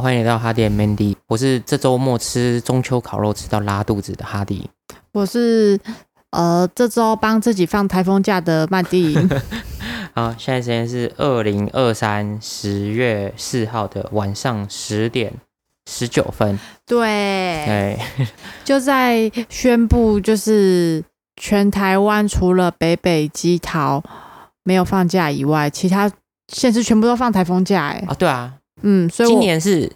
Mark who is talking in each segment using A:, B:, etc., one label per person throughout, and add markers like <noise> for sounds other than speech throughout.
A: 欢迎来到哈迪 Mandy，我是这周末吃中秋烤肉吃到拉肚子的哈迪。
B: 我是呃这周帮自己放台风假的曼
A: <laughs>
B: 蒂，
A: 好，现在时间是二零二三十月四号的晚上十点十九分。
B: 对，
A: 哎，
B: 就在宣布就是全台湾除了北北基桃没有放假以外，其他县市全部都放台风假，哎，
A: 啊，对啊，
B: 嗯，所以
A: 今
B: 我
A: 年是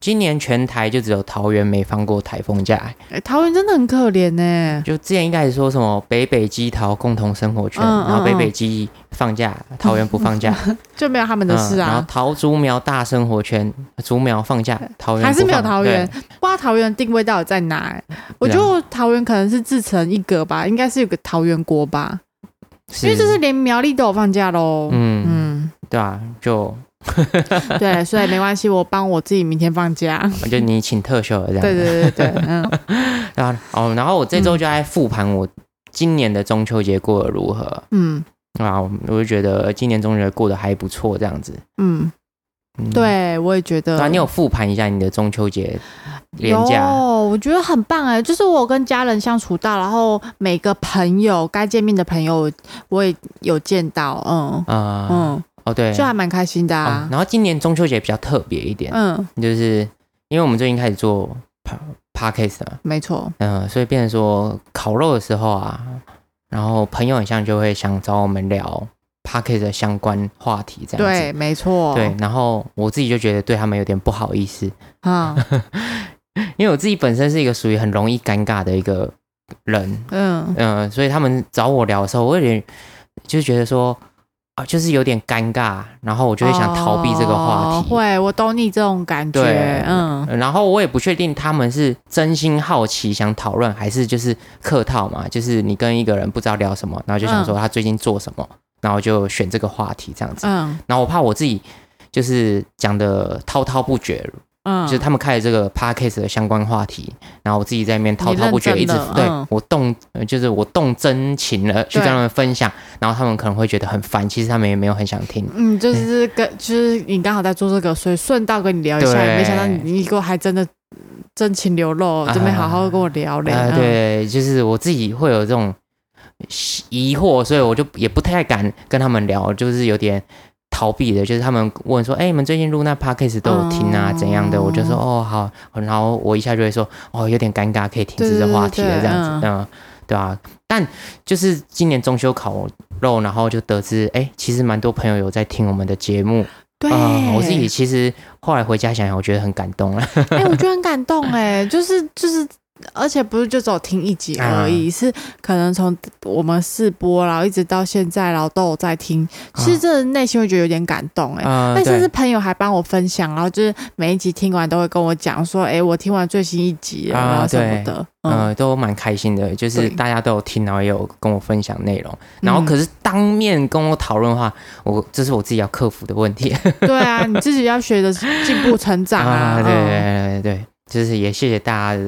A: 今年全台就只有桃园没放过台风假、哎
B: 哎桃园真的很可怜呢，
A: 就之前一开始说什么北北基桃共同生活圈，
B: 嗯嗯
A: 然后北
B: 嗯
A: 北基放假，桃园不放
B: <laughs>
A: 假，
B: 就没有他们的
A: 嗯
B: 事
A: 然后
B: 啊。
A: 桃竹苗大生活圈，竹苗放假，桃园
B: 还是
A: 不
B: 没有
A: 放
B: 桃园，
A: 对
B: 不知道桃园定位到底在哪、哎我
A: 对
B: 觉
A: 啊
B: 得桃园可能是自成一格吧，应该是有个桃园国吧，因为这是连苗栗都有放假喽。
A: 嗯嗯，
B: 嗯，
A: 对啊，就 <laughs>
B: 对，所以没关系，我帮我自己明天放假。
A: 就你请特休了这样，
B: 对对对对，嗯，
A: 对啊，哦，然后我这周就在复盘我今年的中秋节过得如何
B: 嗯
A: 啊，我就觉得今年中秋节过得还不错这样子，
B: 嗯，
A: 嗯，
B: 对，我也觉得。
A: 对啊，你有复盘一下你的中秋节连假，
B: 有，我觉得很棒哎、就是我有跟家人相处到，然后每个朋友该见面的朋友，我也有见到，嗯
A: 啊，
B: 嗯，
A: 哦对，
B: 就还蛮开心的
A: 哦
B: 啊，
A: 然后今年中秋节比较特别一点，
B: 嗯，
A: 就是因为我们最近开始做 pa- podcast 嘛，
B: 没错，
A: 嗯、所以变成说烤肉的时候啊，然后朋友很像就会想找我们聊 podcast 的相关话题这样子。
B: 对，哦没错，
A: 对，然后我自己就觉得对他们有点不好意思，
B: 啊，
A: 因为我自己本身是一个属于很容易尴尬的一个人，
B: 嗯，
A: 嗯、所以他们找我聊的时候，我有点就是觉得说啊，就是有点尴尬，然后我就会想逃避这个话
B: 哦
A: 题。
B: 会，我懂你这种感觉
A: 对，
B: 嗯，
A: 然后我也不确定他们是真心好奇想讨论，还是就是客套嘛，就是你跟一个人不知道聊什么，然后就想说他最近做什么，然后就选这个话题这样子。
B: 嗯嗯
A: 然后我怕我自己就是讲的滔滔不绝，
B: 嗯，
A: 就是他们开的这个 podcast 的相关话题，然后我自己在那边滔滔不绝，
B: 你
A: 一直
B: 认真了
A: 对
B: 嗯
A: 我动，呃就是我动真情了去
B: 对
A: 跟他们分享，然后他们可能会觉得很烦，其实他们也没有很想听。
B: 嗯，就是跟就是你刚好在做这个，所以顺道跟你聊一下，
A: 对
B: 也没想到你你给我还真的真情流露，
A: 啊
B: 这边好好跟我聊聊。嗯
A: 啊，对，就是我自己会有这种疑惑，所以我就也不太敢跟他们聊，就是有点逃避的。就是他们问说：“哎、你们最近录那 podcast 都有听啊，
B: 哦
A: 怎样的？”我就说：“哦，好。”然后我一下就会说：“哦，有点尴尬，可以停止
B: 对对
A: 这
B: 对
A: 话题了，
B: 对
A: 这样子。”嗯，对啊。但就是今年中秋烤肉，然后就得知，哎、其实蛮多朋友有在听我们的节目。
B: 对
A: 嗯我自己其实后来回家想想，我觉得很感动啊。
B: 哎、我觉得很感动哎、 <laughs> 就是就是，而且不是就只有听一集而已，
A: 啊
B: 是可能从我们试播然后一直到现在，然后都有在听，其实真的内心会觉得有点感动 <laughs> 哎、
A: 嗯，啊
B: 但
A: 对
B: 甚至朋友还帮我分享，然后就是每一集听完都会跟我讲说，哎、我听完最新一集了，
A: 啊
B: 然后什么
A: 对
B: 的，嗯，
A: 呃，都蛮开心的，就是
B: 对
A: 大家都有听，然后也有跟我分享内容，然后可是当面跟我讨论的话，我这是我自己要克服的问
B: <laughs>
A: 题 <laughs>
B: 对啊，你自己要学着进步成长啊。
A: 对对
B: 嗯
A: 对对，就是也谢谢大家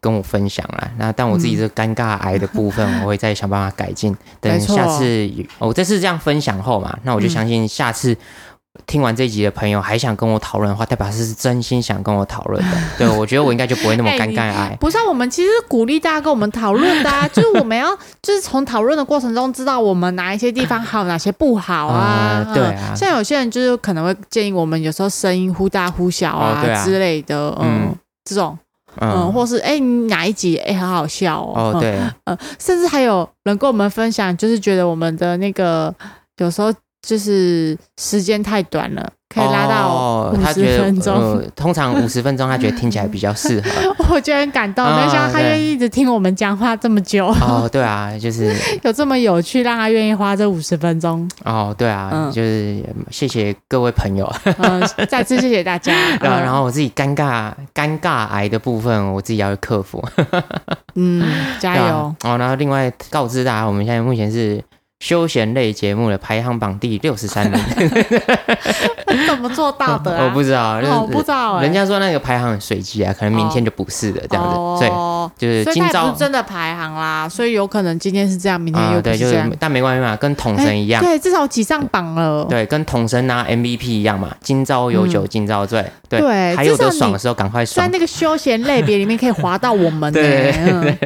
A: 跟我分享啦。那但我自己这尴尬癌的部分，我会再想办法改
B: <laughs>
A: 进。等
B: 嗯没错
A: 下次有我这次这样分享后嘛，那我就
B: 嗯
A: 相信下次。听完这一集的朋友还想跟我讨论的话，代表是真心想跟我讨论
B: <laughs>
A: 的。对，我觉得我应该就不会那么
B: 哎
A: 尴
B: 你
A: 尬癌。
B: 不是、啊，我们其实鼓励大家跟我们讨
A: <laughs>
B: 论的、啊，就是我们要就是从讨论的过程中知道我们哪一些地方好，哪些不好啊。
A: 啊对啊
B: 嗯像有些人就是可能会建议我们有时候声音忽大忽小
A: 哦
B: 啊,、
A: 对啊
B: 之类的，嗯，
A: 嗯
B: 这种，嗯，
A: 嗯，
B: 或是哎、你哪一集哎、好好笑哦，
A: 哦，
B: 嗯，
A: 对，
B: 甚至还有人跟我们分享，就是觉得我们的那个有时候就是时间太短了，可以拉到
A: 哦
B: 五
A: 他觉
B: 十
A: 得
B: 分钟。
A: 呃通常五十分钟，他觉得听起来比较适
B: <laughs>
A: 合。
B: 我觉得很感动，
A: 啊
B: 没想到他愿意一直听我们讲话这么久， <laughs>
A: 哦，对啊，就是
B: 有这么有趣，让他愿意花这五十
A: <laughs>
B: 分钟。
A: 哦，对啊，
B: 嗯
A: 就是谢谢各位朋
B: <laughs>
A: 友。
B: 嗯，再次谢谢
A: <laughs>
B: 大家。嗯
A: 然啊后，然
B: 后，
A: 后我自己尴尬尴尬癌的部分，我自己要克服。
B: 嗯，加
A: 对
B: 油
A: 啊。哦，然后另外告知大家，我们现在目前是休闲类节目的排行榜第六十三
B: <laughs>
A: 名。
B: 怎么做到的、啊？
A: <laughs> 我不知道，就是
B: 哦我不知道、欸，
A: 人家说那个排行很随机啊，可能明天就不是了这样子，所以
B: 哦
A: 就是
B: 所以
A: 今
B: 它也不
A: 朝
B: 是真的排行啦，所以有可能今天是这样，明天又
A: 啊
B: 不
A: 对，
B: 是
A: 就
B: 这样哎
A: 是。但没关系嘛，跟统神一样，
B: 对，至少挤上榜了。
A: 对，跟啊统神拿 MVP 一样嘛，今朝有酒今朝醉，对，
B: 嗯对
A: 还有
B: 至少
A: 的
B: 你
A: 爽的时候赶快
B: 在
A: 爽，
B: 那个休闲类别里面可以划到我们呢、
A: 对 <laughs>
B: 嗯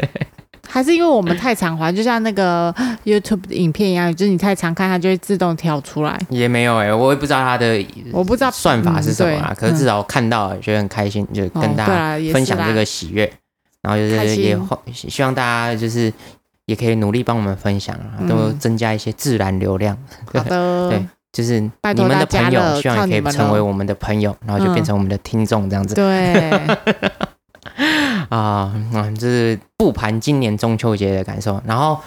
B: 还是因为我们太常划，就像那个 YouTube 的影片一样，就是你太常看，它就会自动跳出来。
A: 也没有哎、我也不知道他的
B: 我不知道
A: 算法是什么啊
B: 嗯，对
A: 可是至少我看到了觉得很开心，就
B: 哦
A: 跟大
B: 对
A: 家
B: 啦也是
A: 分享
B: 啦
A: 这个喜悦，然后就
B: 开
A: 是
B: 心
A: 也欢希望大家就是也可以努力帮我们分享啊，
B: 嗯
A: 都增加一些自然流量，
B: 好
A: <laughs>
B: 的
A: 对，就是你
B: 拜托
A: 们的
B: 大家
A: 朋友，
B: 了
A: 希望
B: 靠
A: 也可
B: 你
A: 以
B: 们
A: 成为
B: 了嗯
A: 我们的朋友，然后就变成我们的听众这样子
B: 对，
A: 啊，嗯，这是复盘今年中秋节的感受，然后。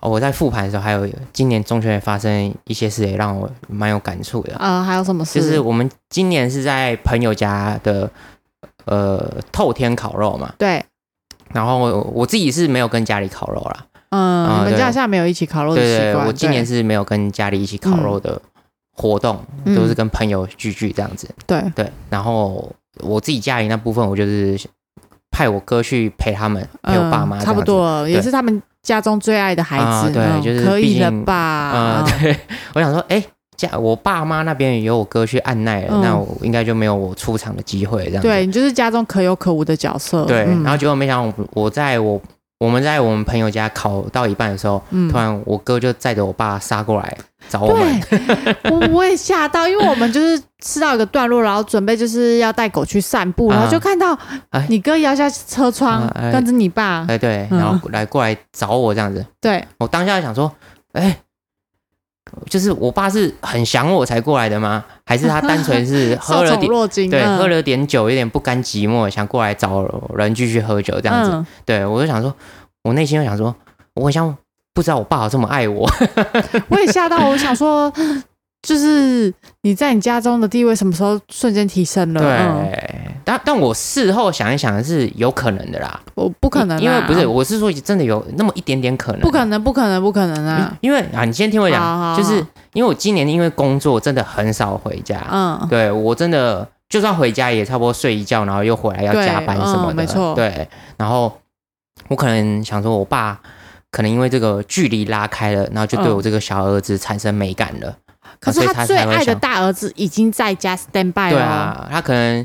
A: 呃我在复盘的时候，还有今年中秋节发生一些事，也让我蛮有感触的。啊
B: 呃，还有什么事？
A: 就是我们今年是在朋友家的呃透天烤肉嘛，
B: 对，
A: 然后我我自己是没有跟家里烤肉啦，
B: 嗯，
A: 啊
B: 你们
A: 对
B: 家现在没有一起烤肉
A: 对
B: 的
A: 对，
B: 哦习
A: 对
B: 惯。
A: 我今年是没有跟家里一起烤肉的活动，
B: 嗯
A: 都是跟朋友聚聚这样子。
B: 对对
A: 对，然后我自己家里那部分，我就是派我哥去陪他们，陪我爸妈、
B: 嗯差不。多了，也
A: 对
B: 是他们家中最爱的孩
A: 啊
B: 子，
A: 对
B: 嗯
A: 就是
B: 可以
A: 毕
B: 了
A: 竟
B: 吧？
A: 呃，
B: 嗯
A: 对， <laughs> 我想说，哎、家我爸妈那边有我哥去按耐了，
B: 嗯
A: 那我应该就没有我出场的机会这样子。
B: 对你就是家中可有可无的角色。
A: 对，
B: 嗯
A: 然后结果没想到我我在我我们在我们朋友家烤到一半的时候，
B: 嗯
A: 突然我哥就载着我爸杀过来找我们，
B: 对，啊
A: <laughs>
B: 我我也吓到，因为我们就是吃到一个段落，然后准备就是要带狗去散步，然后
A: 啊
B: 就看到
A: 哎
B: 你哥摇下车窗
A: 啊，哎
B: 跟着你爸，
A: 哎对，
B: 嗯
A: 然后来过来找我这样子，
B: 对，
A: 我当下想说，哎。就是我爸是很想我才过来的吗？还是他单纯是喝
B: <laughs> 受
A: 了
B: 宠
A: 点
B: 若惊，
A: 对
B: 嗯
A: 喝了点酒，有点不甘寂寞，想过来找人继续喝酒这样子？
B: 嗯
A: 对我就想说，我内心就想说，我好像不知道我爸有这么爱我，
B: 我也吓到，我想说， <laughs> 就是你在你家中的地位什么时候瞬间提升
A: <laughs>
B: 了？
A: 对，
B: 嗯
A: 但但我事后想一想是有可能的啦，
B: 我不可能啊，
A: 因为不是，我是说真的有那么一点点可能，啊
B: 不可能，不可能，不可能啊！
A: 因为啊，你先听我讲，
B: 好好好
A: 就是因为我今年因为工作真的很少回家，
B: 嗯，
A: 对我真的就算回家也差不多睡一觉，然后又回来要
B: 对
A: 加班什么的，
B: 嗯没错
A: 对，然后我可能想说，我爸可能因为这个距离拉开了，然后就对
B: 嗯
A: 我这个小儿子产生美感了，
B: 可
A: 啊所
B: 是
A: 以
B: 他
A: 他
B: 最
A: 才会
B: 爱的
A: 想
B: 大儿子已经在家 stand by 了，
A: 对，啊，他可能，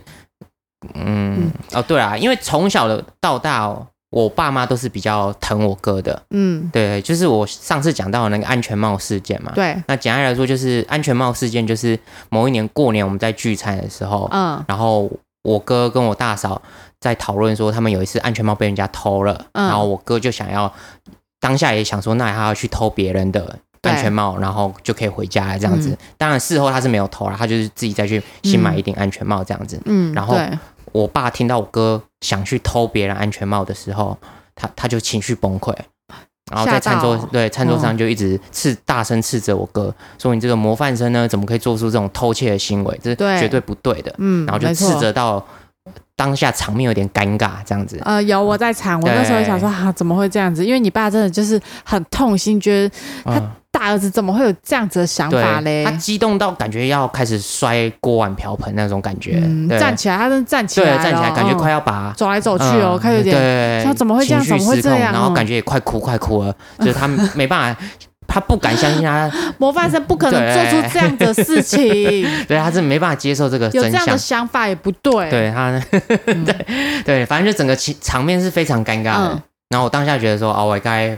A: 嗯，哦，对啊，因为从小的到大、哦，我爸妈都是比较疼我哥的。
B: 嗯，
A: 对，就是我上次讲到的那个安全帽事件嘛。
B: 对，
A: 那简单来说，就是安全帽事件，就是某一年过年我们在聚餐的时候，
B: 嗯
A: 然后我哥跟我大嫂在讨论说，他们有一次安全帽被人家偷了，
B: 嗯
A: 然后我哥就想要当下也想说，那他要去偷别人的
B: 对
A: 安全帽，然后就可以回家了这样子。
B: 嗯
A: 当然事后他是没有偷了，他就是自己再去新买一顶安全帽这样子。
B: 嗯，
A: 然后
B: 对
A: 我爸听到我哥想去偷别人安全帽的时候，他他就情绪崩溃。然后在餐桌
B: 吓到
A: 对餐桌上就一直斥、大声斥责我哥，说你这个模范生呢，怎么可以做出这种偷窃的行为？这是
B: 对
A: 绝对不对的。
B: 嗯，
A: 然后就
B: 没
A: 斥
B: 错
A: 责到当下场面有点尴尬这样子。
B: 呃，有我在场，我那时候也想说啊，怎么会这样子？因为你爸真的就是很痛心，觉得他
A: 嗯，
B: 大儿子怎么会有这样子的想
A: 对，
B: 法嘞
A: 他？激动到感觉要开始摔锅碗瓢盆那种感觉，
B: 嗯，
A: 对
B: 站起来，他真的站起
A: 对
B: 来了，
A: 站起来，感觉
B: 嗯
A: 快要把。
B: 走来走去
A: 嗯
B: 哦，看有点
A: 对，
B: 他怎么会这样
A: 情绪
B: 怎么会
A: 失
B: 这
A: 控
B: 样
A: 然后
B: 嗯
A: 感觉也快哭快哭了，就是他没办法， <laughs> 他不敢相信他，
B: 模范生不可能做出这样的
A: <laughs>
B: 事情，
A: 对，他真的没办法接受这个
B: 有这
A: 真
B: 样的
A: 相。
B: 想法也不对。，
A: 对他， <laughs> 对对，反正就整个情场面是非常尴尬的。
B: 嗯
A: 然后我当下觉得说，哦，我该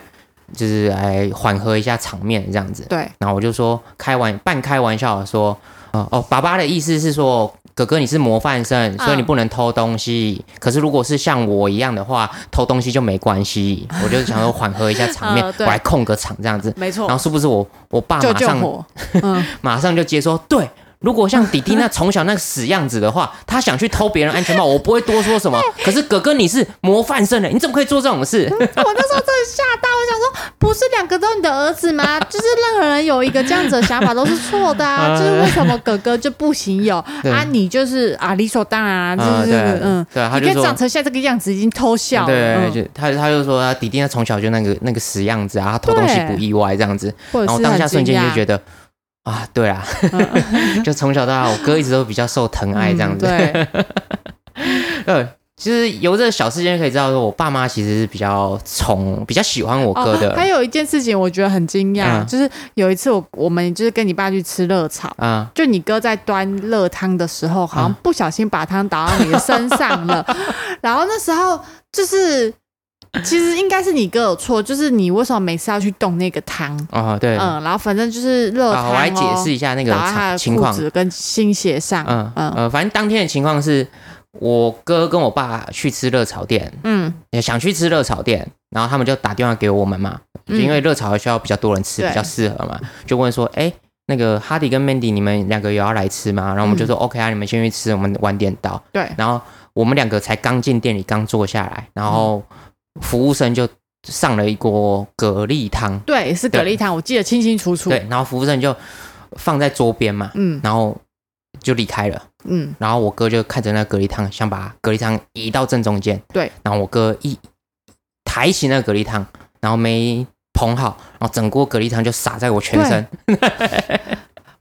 A: 就是来缓和一下场面这样子。
B: 对，
A: 然后我就说开玩半开玩笑的说，哦哦，爸爸的意思是说，哥哥你是模范生，所以
B: 嗯
A: 你不能偷东西。可是如果是像我一样的话，偷东西就没关系。我就想说缓和一下场面，
B: 呃对哦
A: 我来控个场这样子。
B: 没
A: 然后
B: 错，
A: 是不是我我爸
B: 救
A: 马
B: 救
A: 上
B: 火，嗯，
A: 马上就接说，对如果像弟弟
B: <laughs>
A: 那从小那死样子的话，他想去偷别人安全帽，我不会多说什么。可是哥哥你是模范生呢，你怎么可以做这种事？
B: <laughs> 我那时候真的吓到，我想说，不是两个都你的儿
A: <laughs>
B: 子吗？就是任何人有一个这样子的想法都是错的啊！就是为什么哥哥就不行有
A: 嗯对
B: 啊？你就是啊，理所当然啊，
A: 啊
B: 就
A: 对
B: 是嗯，
A: 对啊他
B: 你
A: 就
B: 看
A: 说
B: 长成现在这个样子，已经偷笑了。
A: 对，
B: 嗯
A: 就他他就说他弟弟他从小就那个那个死样子啊，他偷东西不意外这样子，
B: 或
A: 然
B: 者
A: 后
B: 嗯是
A: 当下瞬间就觉
B: 得
A: 得啊，对
B: <laughs>
A: 啊， <laughs> 就从小到大我哥一直都比较受疼爱这样子。
B: 嗯
A: <laughs>
B: 对，
A: 呃，其实由这个小事件就可以知道，说我爸妈其实是比较宠、比较喜欢我哥
B: 哦，还
A: 的。
B: 有一件事情我觉得很惊讶，
A: 嗯
B: 就是有一次我我们就是跟你爸去吃热炒。
A: 啊，
B: 就你哥在端热汤的时候，好像
A: 啊
B: 不小心把汤倒到你的身上
A: <laughs>
B: 了，然后那时候就是，其实应该是你哥有错，就是你为什么每次要去动那个汤？
A: 哦，对，啊，
B: 嗯，然后反正就是热汤、哦
A: 我来解释一下那个
B: 倒到他
A: 场
B: 的
A: 情
B: 裤
A: 况。
B: 子跟新鞋上，
A: 嗯
B: 嗯嗯
A: 呃，反正当天的情况是，我哥跟我爸去吃热炒店，
B: 嗯，
A: 也想去吃热炒店，然后他们就打电话给我们嘛，就
B: 嗯
A: 因为热炒需要比较多人吃，
B: 对
A: 比较适合嘛，就问说，哎、那个哈迪跟 Mandy 你们两个有要来吃吗？然后我们就说、OK 啊，你们先去吃，我们晚点到。
B: 嗯对，
A: 然后我们两个才刚进店里，刚坐下来，然后
B: 嗯
A: 服务生就上了一锅蛤蜊汤，
B: 对，是蛤蜊汤，我记得清清楚楚，
A: 对，然后服务生就放在桌边嘛，
B: 嗯
A: 然后就离开了。
B: 嗯，
A: 然后我哥就看着那蛤蜊汤，想把蛤蜊汤移到正中间。
B: 对，
A: 然后我哥一抬起那个蛤蜊汤，然后没捧好，然后整锅蛤蜊汤就洒在我全身。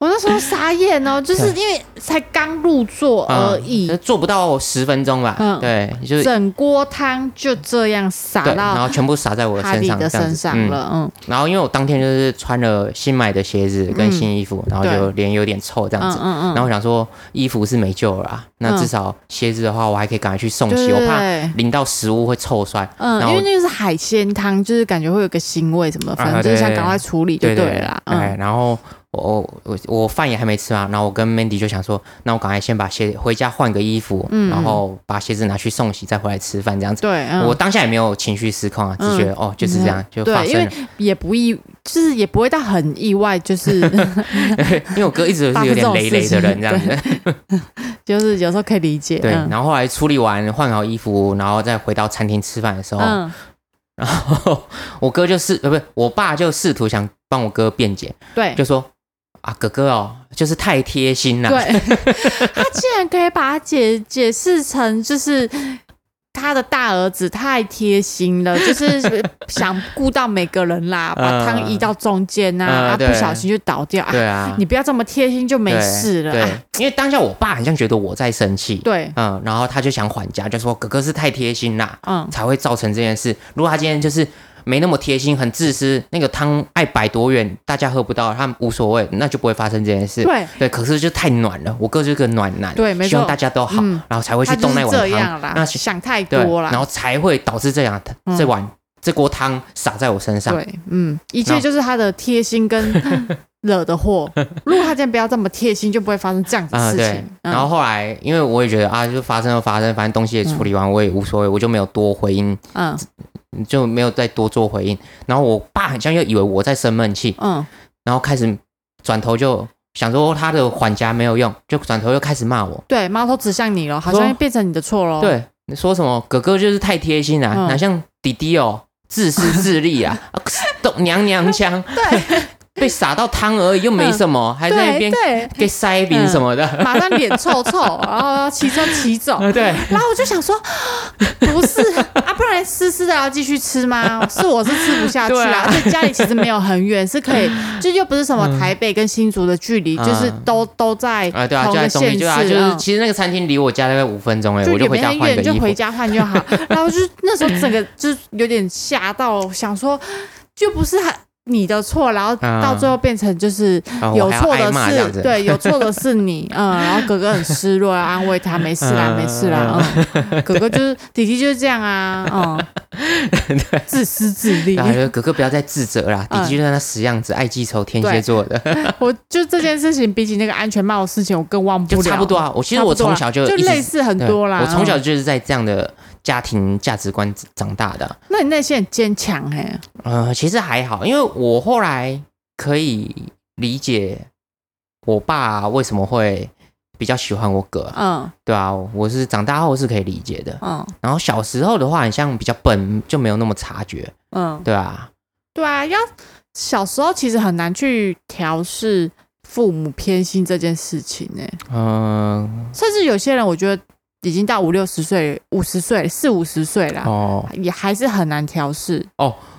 B: 我那时候傻
A: <laughs>
B: 眼哦，就是因为才刚入座而已，
A: 嗯做不到十分钟吧？
B: 嗯
A: 对，就是
B: 整锅汤就这样洒
A: 对，然
B: 到
A: 后全部洒在我
B: 哈
A: 身
B: 迪
A: 上，
B: 的
A: 这样
B: 身
A: 子
B: 上
A: 嗯
B: 了，嗯
A: 然后因为我当天就是穿了新买的鞋子跟新衣服，然后就脸有点臭这样
B: 嗯
A: 子。
B: 嗯嗯，
A: 然后我想说衣服是没救了啦，那
B: 嗯
A: 至少鞋子的话，我还可以赶快去送洗，
B: 对
A: 我怕
B: 对
A: 淋到食物会臭酸。
B: 嗯
A: 然，后
B: 因
A: 我
B: 为那个是海鲜汤，就是感觉会有个腥味什么的，反
A: 啊
B: 正就是想
A: 对
B: 赶快处理就
A: 对
B: 了啦。
A: 哎
B: 嗯，，
A: 然后我我我我饭也还没吃嘛，然后我跟 Mandy 就想说，那我赶快先把鞋回家换个衣服，
B: 嗯
A: 然后把鞋子拿去送洗，再回来吃饭这样子。
B: 对，嗯
A: 我当下也没有情绪失控啊，只觉得、哦就是这样、就发
B: 对，因
A: 生
B: 为
A: 了， <laughs>
B: 也不意，就是也不会到很意外，就是
A: <laughs>
B: <laughs>
A: 因为我哥一直都是有点累累的人这样子，
B: 就是有时候可以理解。
A: 对。
B: 嗯
A: 然后后来处理完换好衣服，然后再回到餐厅吃饭的时候，
B: 嗯，
A: 然后我哥就试呃不是我爸就试图想帮我哥辩解，
B: 对
A: 就说啊哥哥哦就是太贴心了，
B: 对， <laughs> 他竟然可以把它解解释成就是。他的大儿子太贴心了，就是想顾到每个人
A: <laughs>
B: 啦，把汤移到中间呐、
A: 嗯
B: 啊，
A: 对
B: 不小心就倒掉。啊
A: 对啊，
B: 你不要这么贴心，就没
A: 对
B: 事了。
A: 对
B: 啊，
A: 因为当下我爸好像觉得我在生气，
B: 对，
A: 嗯，然后他就想缓颊，就说哥哥是太贴心啦，
B: 嗯，
A: 才会造成这件事。如果他今天就是没那么贴心，很自私，那个汤爱摆多远，大家喝不到，他们无所谓，那就不会发生这件事。
B: 对
A: 可是就太暖了，我哥就是个暖男，
B: 对没错
A: 希望大家都好，
B: 嗯
A: 然后才会
B: 他
A: 去
B: 就
A: 动
B: 是
A: 那碗
B: 这
A: 汤，
B: 样啦，
A: 那
B: 想太
A: 对，
B: 多啦。嗯
A: 然后才会导致这样这碗、这锅汤洒在我身上。
B: 对，嗯，一
A: 然
B: 切
A: 后
B: 就是他的贴心跟
A: <laughs>
B: 惹的祸。如果他今天不要这么贴心，就不会发生这样子
A: 啊、
B: 的事
A: 对
B: 情。，嗯
A: 然后后来因为我也觉得啊，就发生就发生，反正东西也处理完，我也无所谓，我就没有多回应，
B: 嗯
A: 就没有再多做回应。然后我爸好像又以为我在生闷气，
B: 嗯，
A: 然后开始转头就想说哦他的缓颊没有用，就转头又开始骂我，
B: 对，矛头指向你了，好
A: 说
B: 像变成你的错了。，
A: 对，你说什么哥哥就是太贴心啊，
B: 哦嗯
A: 哪像弟弟哦，自私自利
B: <laughs>
A: 啊，啊都娘娘腔，
B: 对嗯
A: 被撒到汤而已，又没什么，还在那
B: 对
A: 边
B: 对，
A: 给塞饼什么的，
B: 马上脸臭臭，然后要骑车骑走。
A: 啊 <laughs> 对。
B: 然后我就
A: <laughs>
B: 想说，不是啊，不然湿湿的要继续吃吗？是我是吃不下去
A: 对啊
B: 啦，而且家里其实没有很远，是可
A: <laughs>
B: 以，就又不是什么台北跟新竹的距离，
A: 嗯
B: 就是都都在
A: 啊，对啊，就
B: 同
A: 在
B: 个
A: 中立，
B: 县
A: 就
B: 市，
A: 啊，就是
B: 嗯
A: 其实那个餐厅离我家大概五分钟哎，我
B: 就
A: 就
B: 也
A: 回
B: 没
A: 家
B: 很
A: 换个
B: 远，就
A: 衣服
B: 回。家换就好。然后就是那时候整个就是有点吓到，想说就不是很你的错，然后
A: 嗯
B: 到最后变成就是
A: 啊我
B: 有
A: 还要
B: 错
A: 挨
B: 的
A: 骂这样子
B: 是，
A: <laughs>
B: 对，有错的是你，嗯，然后哥哥很失落，要安慰他，没事啦，
A: 嗯
B: 没事啦，
A: <laughs>
B: 嗯，哥哥就是弟弟就是这样啊，嗯，自私自利
A: 然。后就啊哥哥不要再自责啦，弟
B: 嗯
A: 弟就在那死样子，爱记仇，天蝎
B: 对
A: 座的，
B: 我就这件事情比起那个安全帽的事情，我更忘不
A: 就
B: 了，
A: 差不多啊。我其实
B: 差
A: 我
B: 不多
A: 从
B: 啦
A: 小就
B: 就
A: 一直
B: 类似很
A: 对
B: 多啦。
A: 我从小
B: 嗯，
A: 就是在这样的家庭价值观长大的。
B: 那你内心很坚强哎，
A: 呃，其实还好，因为我后来可以理解我爸为什么会比较喜欢我哥啊、
B: 嗯
A: 对啊，我是长大后是可以理解的。
B: 嗯
A: 然后小时候的话，很像比较笨，就没有那么察觉，
B: 嗯，
A: 对啊，
B: 对啊，要小时候其实很难去调试父母偏心这件事情欸呢、
A: 嗯，
B: 甚至有些人我觉得已经到五六十岁、五十岁、四五十岁了，
A: 哦，
B: 也还是很难调试。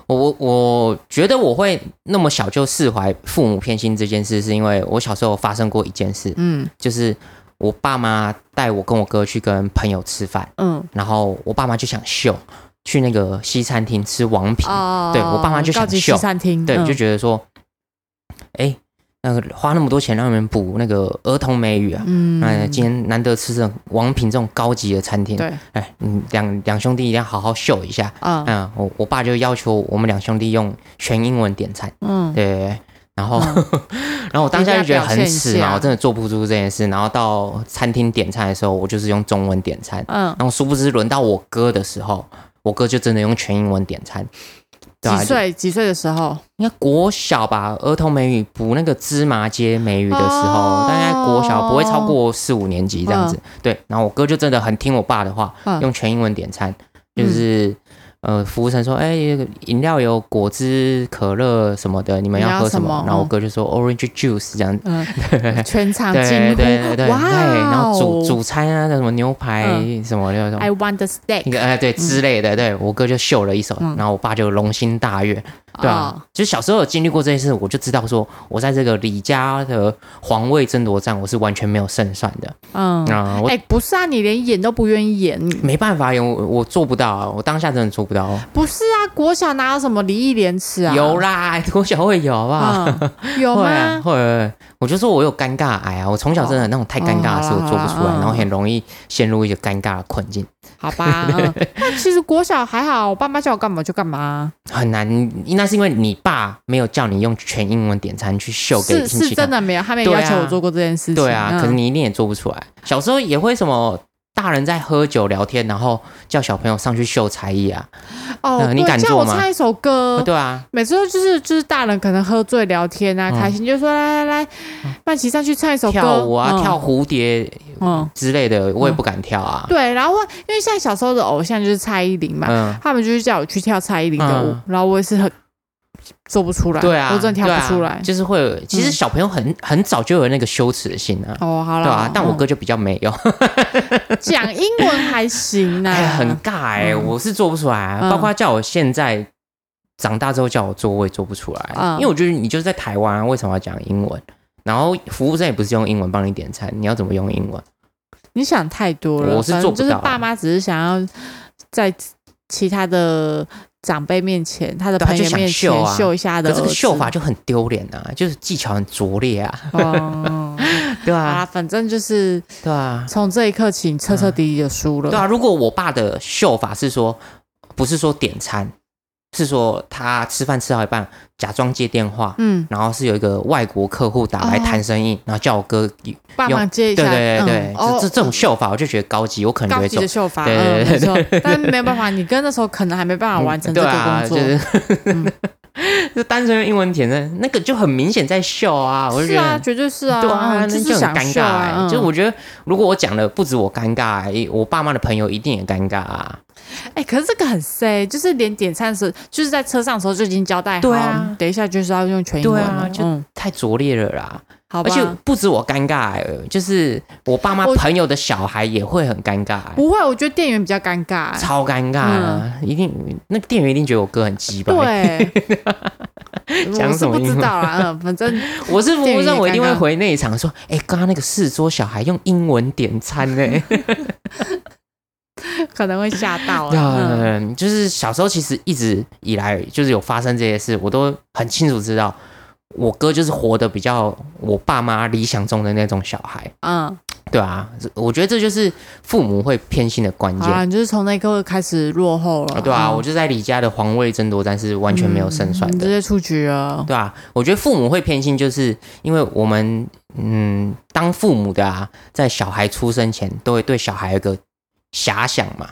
A: 我我我觉得我会那么小就释怀父母偏心这件事，是因为我小时候发生过一件事，
B: 嗯
A: 就是我爸妈带我跟我哥去跟朋友吃饭，
B: 嗯
A: 然后我爸妈就想秀，去那个西餐厅吃王品，
B: 哦，
A: 对我爸妈就想
B: 高级
A: 秀
B: 西餐厅，
A: 对，
B: 嗯
A: 就觉得说，哎、那个花那么多钱让你们补那个儿童美语啊。
B: 嗯，
A: 那今天难得吃这种王品这种高级的餐厅，
B: 对
A: 哎，嗯，两两兄弟一定要好好秀一下。
B: 啊
A: 嗯，我我爸就要求我们两兄弟用全英文点餐，
B: 嗯
A: 对，哦然后、 <laughs> 然后我当下就觉得很
B: 一定要表现
A: 耻
B: 一
A: 嘛，
B: 下
A: 我真的做不出这件事。然后到餐厅点餐的时候，我就是用中文点餐，
B: 嗯，
A: 然后殊不知轮到我哥的时候，我哥就真的用全英文点餐。 <laughs> 对啊
B: 几？
A: 就
B: 岁几岁的时候？
A: 应该国小吧，儿童美语补那个芝麻街美语的时候，
B: 哦
A: 大概国小不会超过四五年级这样子。对，然后我哥就真的很听我爸的话，
B: 嗯
A: 用全英文点餐，就是、呃，服务生说，哎、饮料有果汁、可乐什么的，你们要喝什么？
B: 你要什么
A: 然后我哥就说 orange juice 这样。 <laughs>
B: 嗯，全场
A: 对
B: 惊
A: 对
B: 呼，
A: 对对，
B: 哇
A: 对然后主
B: 哦
A: 主餐啊，什么牛排、
B: 嗯
A: 什么的，
B: ，I want the
A: 那
B: steak，
A: 个哎对之类的，对我哥就秀了一手，
B: 嗯
A: 然后我爸就龙心大悦，对啊，
B: 哦，
A: 就是小时候有经历过这件事，我就知道说，我在这个李家的皇位争夺战，我是完全没有胜算的
B: 嗯，
A: 啊、我
B: 哎，不是啊，你连演都不愿意演，
A: 没办法，我我做不到啊，我当下真的做不到。哦
B: 不是啊，国小哪有什么礼义廉耻啊？
A: 有啦，国小会有好不好？
B: 嗯，有
A: <laughs> 会啊
B: 吗？
A: 会会，会我就说我有尴尬癌啊！我从小真的那种太尴尬的事我
B: 哦
A: 做不出来，
B: 哦
A: 然后很容易陷入一些尴尬的困境，
B: 好吧，嗯那 <laughs> 其实国小还好，我爸妈叫我干嘛就干嘛，
A: 很难。那是因为你爸没有叫你用全英文点餐去秀给
B: 是
A: 亲戚
B: 是
A: 看
B: 真，的没有，他没
A: 对啊
B: 要求我做过这件事情。
A: 对啊，
B: 嗯
A: 可是你一定也做不出来。小时候也会什么大人在喝酒聊天，然后叫小朋友上去秀才艺啊，
B: 哦，
A: 嗯你
B: 对
A: 敢
B: 叫
A: 做
B: 我
A: 吗
B: 唱一首歌，
A: 对啊，
B: 每次都就是就是大人可能喝醉聊天啊，
A: 嗯
B: 开心就说来来来，曼琪上去唱一首歌，
A: 跳舞啊，
B: 嗯
A: 跳蝴蝶
B: 嗯，
A: 之类的，我也不敢跳啊。
B: 对，然后因为现在小时候的偶像就是蔡依林嘛，
A: 嗯，
B: 他们就是叫我去跳蔡依林的舞，
A: 嗯
B: 然后我也是很做不出来，
A: 对啊，
B: 我真的跳
A: 对啊
B: 不出来。嗯
A: 就是会有。其实小朋友很很早就有那个羞耻的心啊。
B: 哦，好
A: 对
B: 了，
A: 啊，但我
B: 嗯
A: 哥就比较
B: <laughs>
A: 没有，
B: 讲英文还行
A: <laughs> 哎，
B: 啊，
A: 很尬哎，
B: 嗯
A: 我是做不出来啊。
B: 嗯
A: 包括叫我现在长大之后叫我做，我也做不出来，
B: 嗯
A: 因为我觉得你就是在台湾啊，为什么要讲英文？然后服务生也不是用英文帮你点餐，你要怎么用英文？
B: 你想太多了，
A: 我是
B: 反
A: 做
B: 正
A: 不
B: 就是
A: 到啊
B: 爸妈只是想要在其他的长辈面前、他的
A: 对他
B: 朋
A: 就
B: 友
A: 想
B: 面
A: 秀
B: 前
A: 啊
B: 秀一下他的
A: 可这个
B: 儿子
A: 秀法就很丢脸啊，就是技巧很拙劣 <laughs>
B: <laughs>
A: 啊，
B: 哦，
A: 对
B: 好
A: 啊
B: 啦，，反正就是
A: 对啊，
B: 从这一刻起，你彻彻底底的输了。
A: 对啊。如果我爸的秀法是说，不是说点餐，是说他吃饭吃到一半假装接电话，
B: 嗯，
A: 然后是有一个外国客户打来
B: 哦
A: 谈生意，然后叫我哥，对
B: 帮忙接一下，
A: 对对对
B: 嗯，哦，
A: 这这种秀法我就觉得高级，我可能就
B: 高
A: 会
B: 级
A: 做
B: 的。秀法，
A: 对对对
B: 嗯，没错，但没有办法，你跟那时候可能还没办法完成这
A: 对
B: 个
A: 啊，
B: 工
A: 就
B: 作，
A: 是 <laughs>
B: 嗯
A: 就单纯用英文填的，那个就很明显在秀啊，我就是觉得
B: 啊，
A: 很
B: 绝对是啊，
A: 对啊，那
B: 就
A: 就是很
B: 想
A: 尴
B: 秀
A: 尬、欸。
B: 啊，
A: 就是
B: 嗯
A: 我觉得，如果我讲了不止我尴尬、欸，我爸妈的朋友一定也尴尬啊。
B: 哎、可是这个很 C，就是连点餐的时候，就是在车上的时候就已经交代好，
A: 对啊
B: 等一下就是要用全英文
A: 对啊
B: 了，
A: 就
B: 嗯，
A: 太拙劣了啦！
B: 好
A: 而
B: 吧。
A: 且不止我尴尬、欸，就是我爸妈
B: 我
A: 朋友的小孩也会很尴尬、欸，
B: 不会，我觉得店员比较尴尬、欸。
A: 超尴尬啊！一定那个店员一定觉得我哥很鸡巴。
B: 对，
A: 讲
B: 我
A: 什
B: 是
A: 么
B: 不
A: 英文
B: 知道啦，嗯，反正
A: 我是服务
B: 店员也
A: 生，我一定会
B: 尴尬
A: 回内场
B: <laughs>
A: 说：“哎、刚刚那个四桌小孩用英文点餐呢、欸。
B: 可能会吓
A: <laughs>
B: 到、欸。 <laughs> 嗯
A: 嗯，就是小时候其实一直以来就是有发生这些事，我都很清楚知道，我哥就是活得比较我爸妈理想中的那种小孩，
B: 嗯，
A: 对啊，我觉得这就是父母会偏心的关键
B: 好。啦，你就是从那一刻开始落后了。
A: 啊对啊，
B: 嗯
A: 我就在李家的皇位争夺战是完全没有胜算
B: 你
A: 的，
B: 直接出局了。
A: 对啊，我觉得父母会偏心，就是因为我们嗯，当父母的啊，在小孩出生前都会对小孩有个遐想嘛，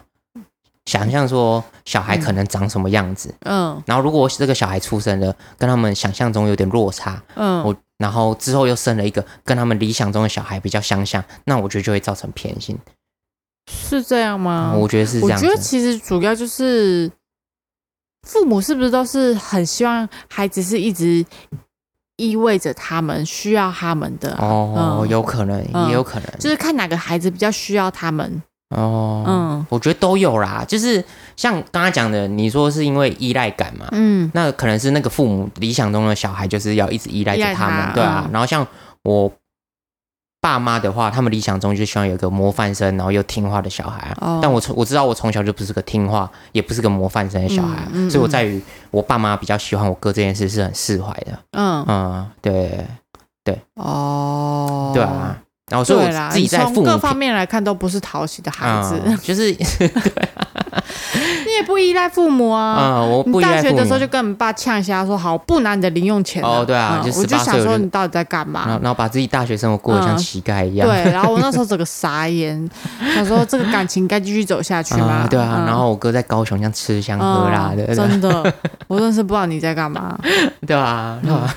A: 想象说小孩可能长什么样子，
B: 嗯
A: 然后如果这个小孩出生了，跟他们想象中有点落差，
B: 嗯，
A: 我然后之后又生了一个跟他们理想中的小孩比较相像，那我觉得就会造成偏心。
B: 是这样吗？
A: 我觉得是这
B: 嗯我
A: 样
B: 觉得
A: 子。
B: 其实主要就是父母是不是都是很希望孩子是一直依偎着他们，需要他们的啊、
A: 哦，
B: 嗯
A: 有可能，
B: 嗯
A: 也有可能，
B: 就是看哪个孩子比较需要他们。
A: 哦，
B: 嗯
A: 我觉得都有啦。就是像刚刚讲的，你说是因为依赖感嘛，
B: 嗯
A: 那可能是那个父母理想中的小孩就是要一直依赖
B: 依
A: 着
B: 赖
A: 他
B: 他
A: 们，对啊。
B: 嗯
A: 然后像我爸妈的话，他们理想中就希望有一个模范生，然后又听话的小孩啊。
B: 哦
A: 但我从我知道我从小就不是个听话，也不是个模范生的小孩啊，
B: 嗯嗯
A: 所以我在于我爸妈比较喜欢我哥这件事是很释怀的。
B: 嗯
A: 嗯，对
B: 哦，
A: 对啊。然后所以
B: 对啦，
A: 我自己在
B: 你
A: 父
B: 从
A: 母
B: 各方面来看都不是讨喜的孩子，
A: 嗯就是
B: <laughs> 你也不依赖父母啊。
A: 啊、嗯我不
B: 你
A: 依
B: 大
A: 赖
B: 学
A: 父
B: 的
A: 母
B: 时候。就跟你爸呛一下，说好不拿你的零用钱啊
A: 哦对啊
B: 嗯
A: 就
B: 我就
A: 18岁
B: 想
A: 我
B: 说
A: 就嗯
B: 你到底在干嘛？
A: 然后，然后把自己大学生活过得像
B: 啊嗯
A: 乞丐一样，啊
B: 对，然后我那时候整个傻
A: <laughs>
B: 眼，想说这个感情该继续走下去吗？
A: 啊对啊，
B: 嗯
A: 然后我哥在高雄像吃香喝辣的，
B: 嗯真的，我真是不知道你在
A: <laughs>
B: 干嘛。
A: 对啊，对啊
B: 嗯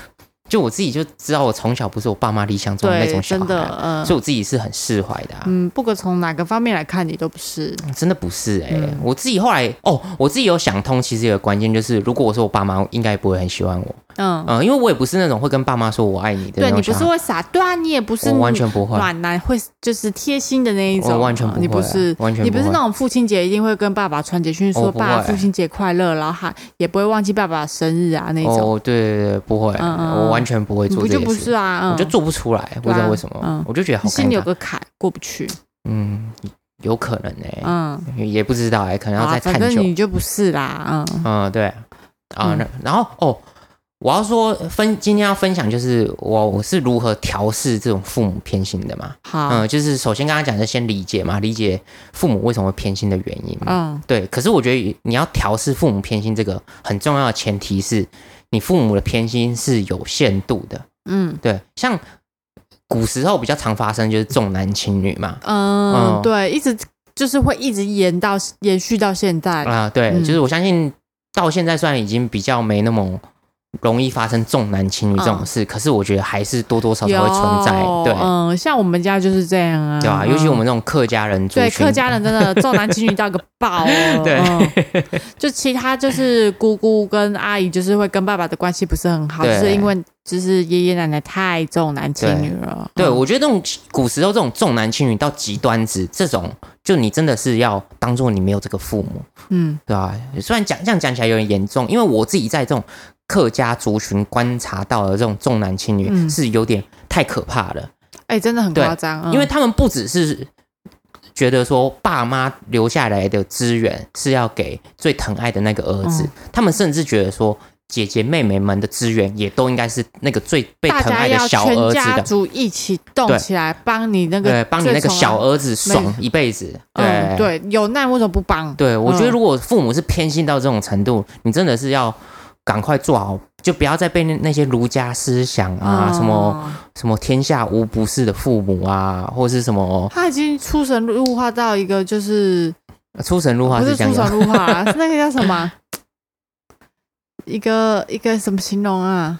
A: 就我自己就知道，我从小不是我爸妈理想中的那
B: 对，
A: 种小
B: 真
A: 孩
B: 的
A: 啊，，
B: 嗯
A: 所以我自己是很释怀的、啊。
B: 嗯，不管从哪个方面来看，你都不是。
A: 真的不是哎、
B: 嗯
A: 我自己后来哦，我自己有想通，其实有个关键就是，如果我是我爸妈，应该不会很喜欢我，
B: 嗯，
A: 嗯、因为我也不是那种会跟爸妈说我爱你的
B: 对
A: 那
B: 你
A: 种
B: 不
A: 小
B: 是
A: 孩，
B: 会傻，对啊，你也不是
A: 我完全不会，
B: 暖男，会就是贴心的那一种，嗯
A: 我完全不会啊
B: 你不是。
A: 完全
B: 你不
A: 不
B: 是
A: 会
B: 那种父亲节一定会跟爸爸传简讯说
A: 我不会
B: 爸父亲节快乐，然后还也不会忘记爸爸生日啊那种，
A: 哦，对对对，不会，
B: 嗯嗯
A: 我完全不会
B: 你
A: 做
B: 不
A: 这
B: 就
A: 些
B: 不
A: 事，
B: 是啊？嗯
A: 我就做不出来，不知道为什么，
B: 嗯
A: 我就觉得好
B: 你
A: 尴
B: 心里有
A: 尬，
B: 个坎过不去，
A: 嗯，有可能哎、
B: 嗯，
A: 也不知道哎、可能要
B: 啊
A: 再探
B: 反正
A: 究。
B: 你就不是啦，嗯
A: 嗯，对啊，
B: 嗯
A: 那然后哦，我要说分今天要分享就是我我是如何调试这种父母偏心的嘛。
B: 好，
A: 嗯，就是首先刚刚讲的先理解嘛，理解父母为什么会偏心的原因嘛。
B: 嗯
A: 对，可是我觉得你要调试父母偏心这个很重要的前提是你父母的偏心是有限度的。
B: 嗯
A: 对，像古时候比较常发生就是重男轻女嘛。
B: 嗯
A: 嗯，
B: 对，一直就是会一直延到延续到现在，
A: 啊、对，
B: 嗯
A: 就是我相信到现在虽然已经比较没那么容易发生重男轻女这种事，可是我觉得还是多多少少会存在，
B: 嗯有
A: 对、
B: 嗯，像我们家就是这样啊，
A: 对吧、
B: 嗯
A: 尤其我们这种客家人族
B: 对
A: 群，
B: 客家人真的重男轻女到一个爆哦，
A: <laughs> 对
B: 嗯，就其他就是姑姑跟阿姨就是会跟爸爸的关系不是很好，就
A: 对
B: 是因为就是爷爷奶奶太重男轻女了，
A: 对
B: 嗯
A: 我觉得这种古时候这种重男轻女到极端值，这种就你真的是要当做你没有这个父母，
B: 嗯
A: 对吧、啊虽然讲这样讲起来有点严重，因为我自己在这种客家族群观察到的这种重男轻女、
B: 嗯
A: 是有点太可怕了。
B: 哎，真的很
A: 对
B: 夸张，嗯
A: 因为他们不只是觉得说爸妈留下来的资源是要给最疼爱的那个儿子，
B: 嗯
A: 他们甚至觉得说姐姐妹妹们的资源也都应该是那个最被
B: 大
A: 疼
B: 家
A: 爱的
B: 要
A: 小儿
B: 全
A: 子
B: 家
A: 的。
B: 族一起动
A: 对
B: 起来，帮你那
A: 对
B: 个，
A: 帮你那个小儿子爽一辈子。对、
B: 嗯，对，有难为什么不帮？
A: 对，我觉得
B: 嗯
A: 如果父母是偏心到这种程度，你真的是要赶快做好，就不要再被那那些儒家思想啊、什么
B: 嗯
A: 什么天下无不是的父母啊，或是什么
B: 他已经出神入化到一个就是
A: 出神入化
B: 不
A: 是
B: 是
A: 这样
B: 出
A: 讲
B: 神入化啊啦，是那个叫什么 <laughs> 啊？一个一个什么形容
A: <laughs>
B: 啊？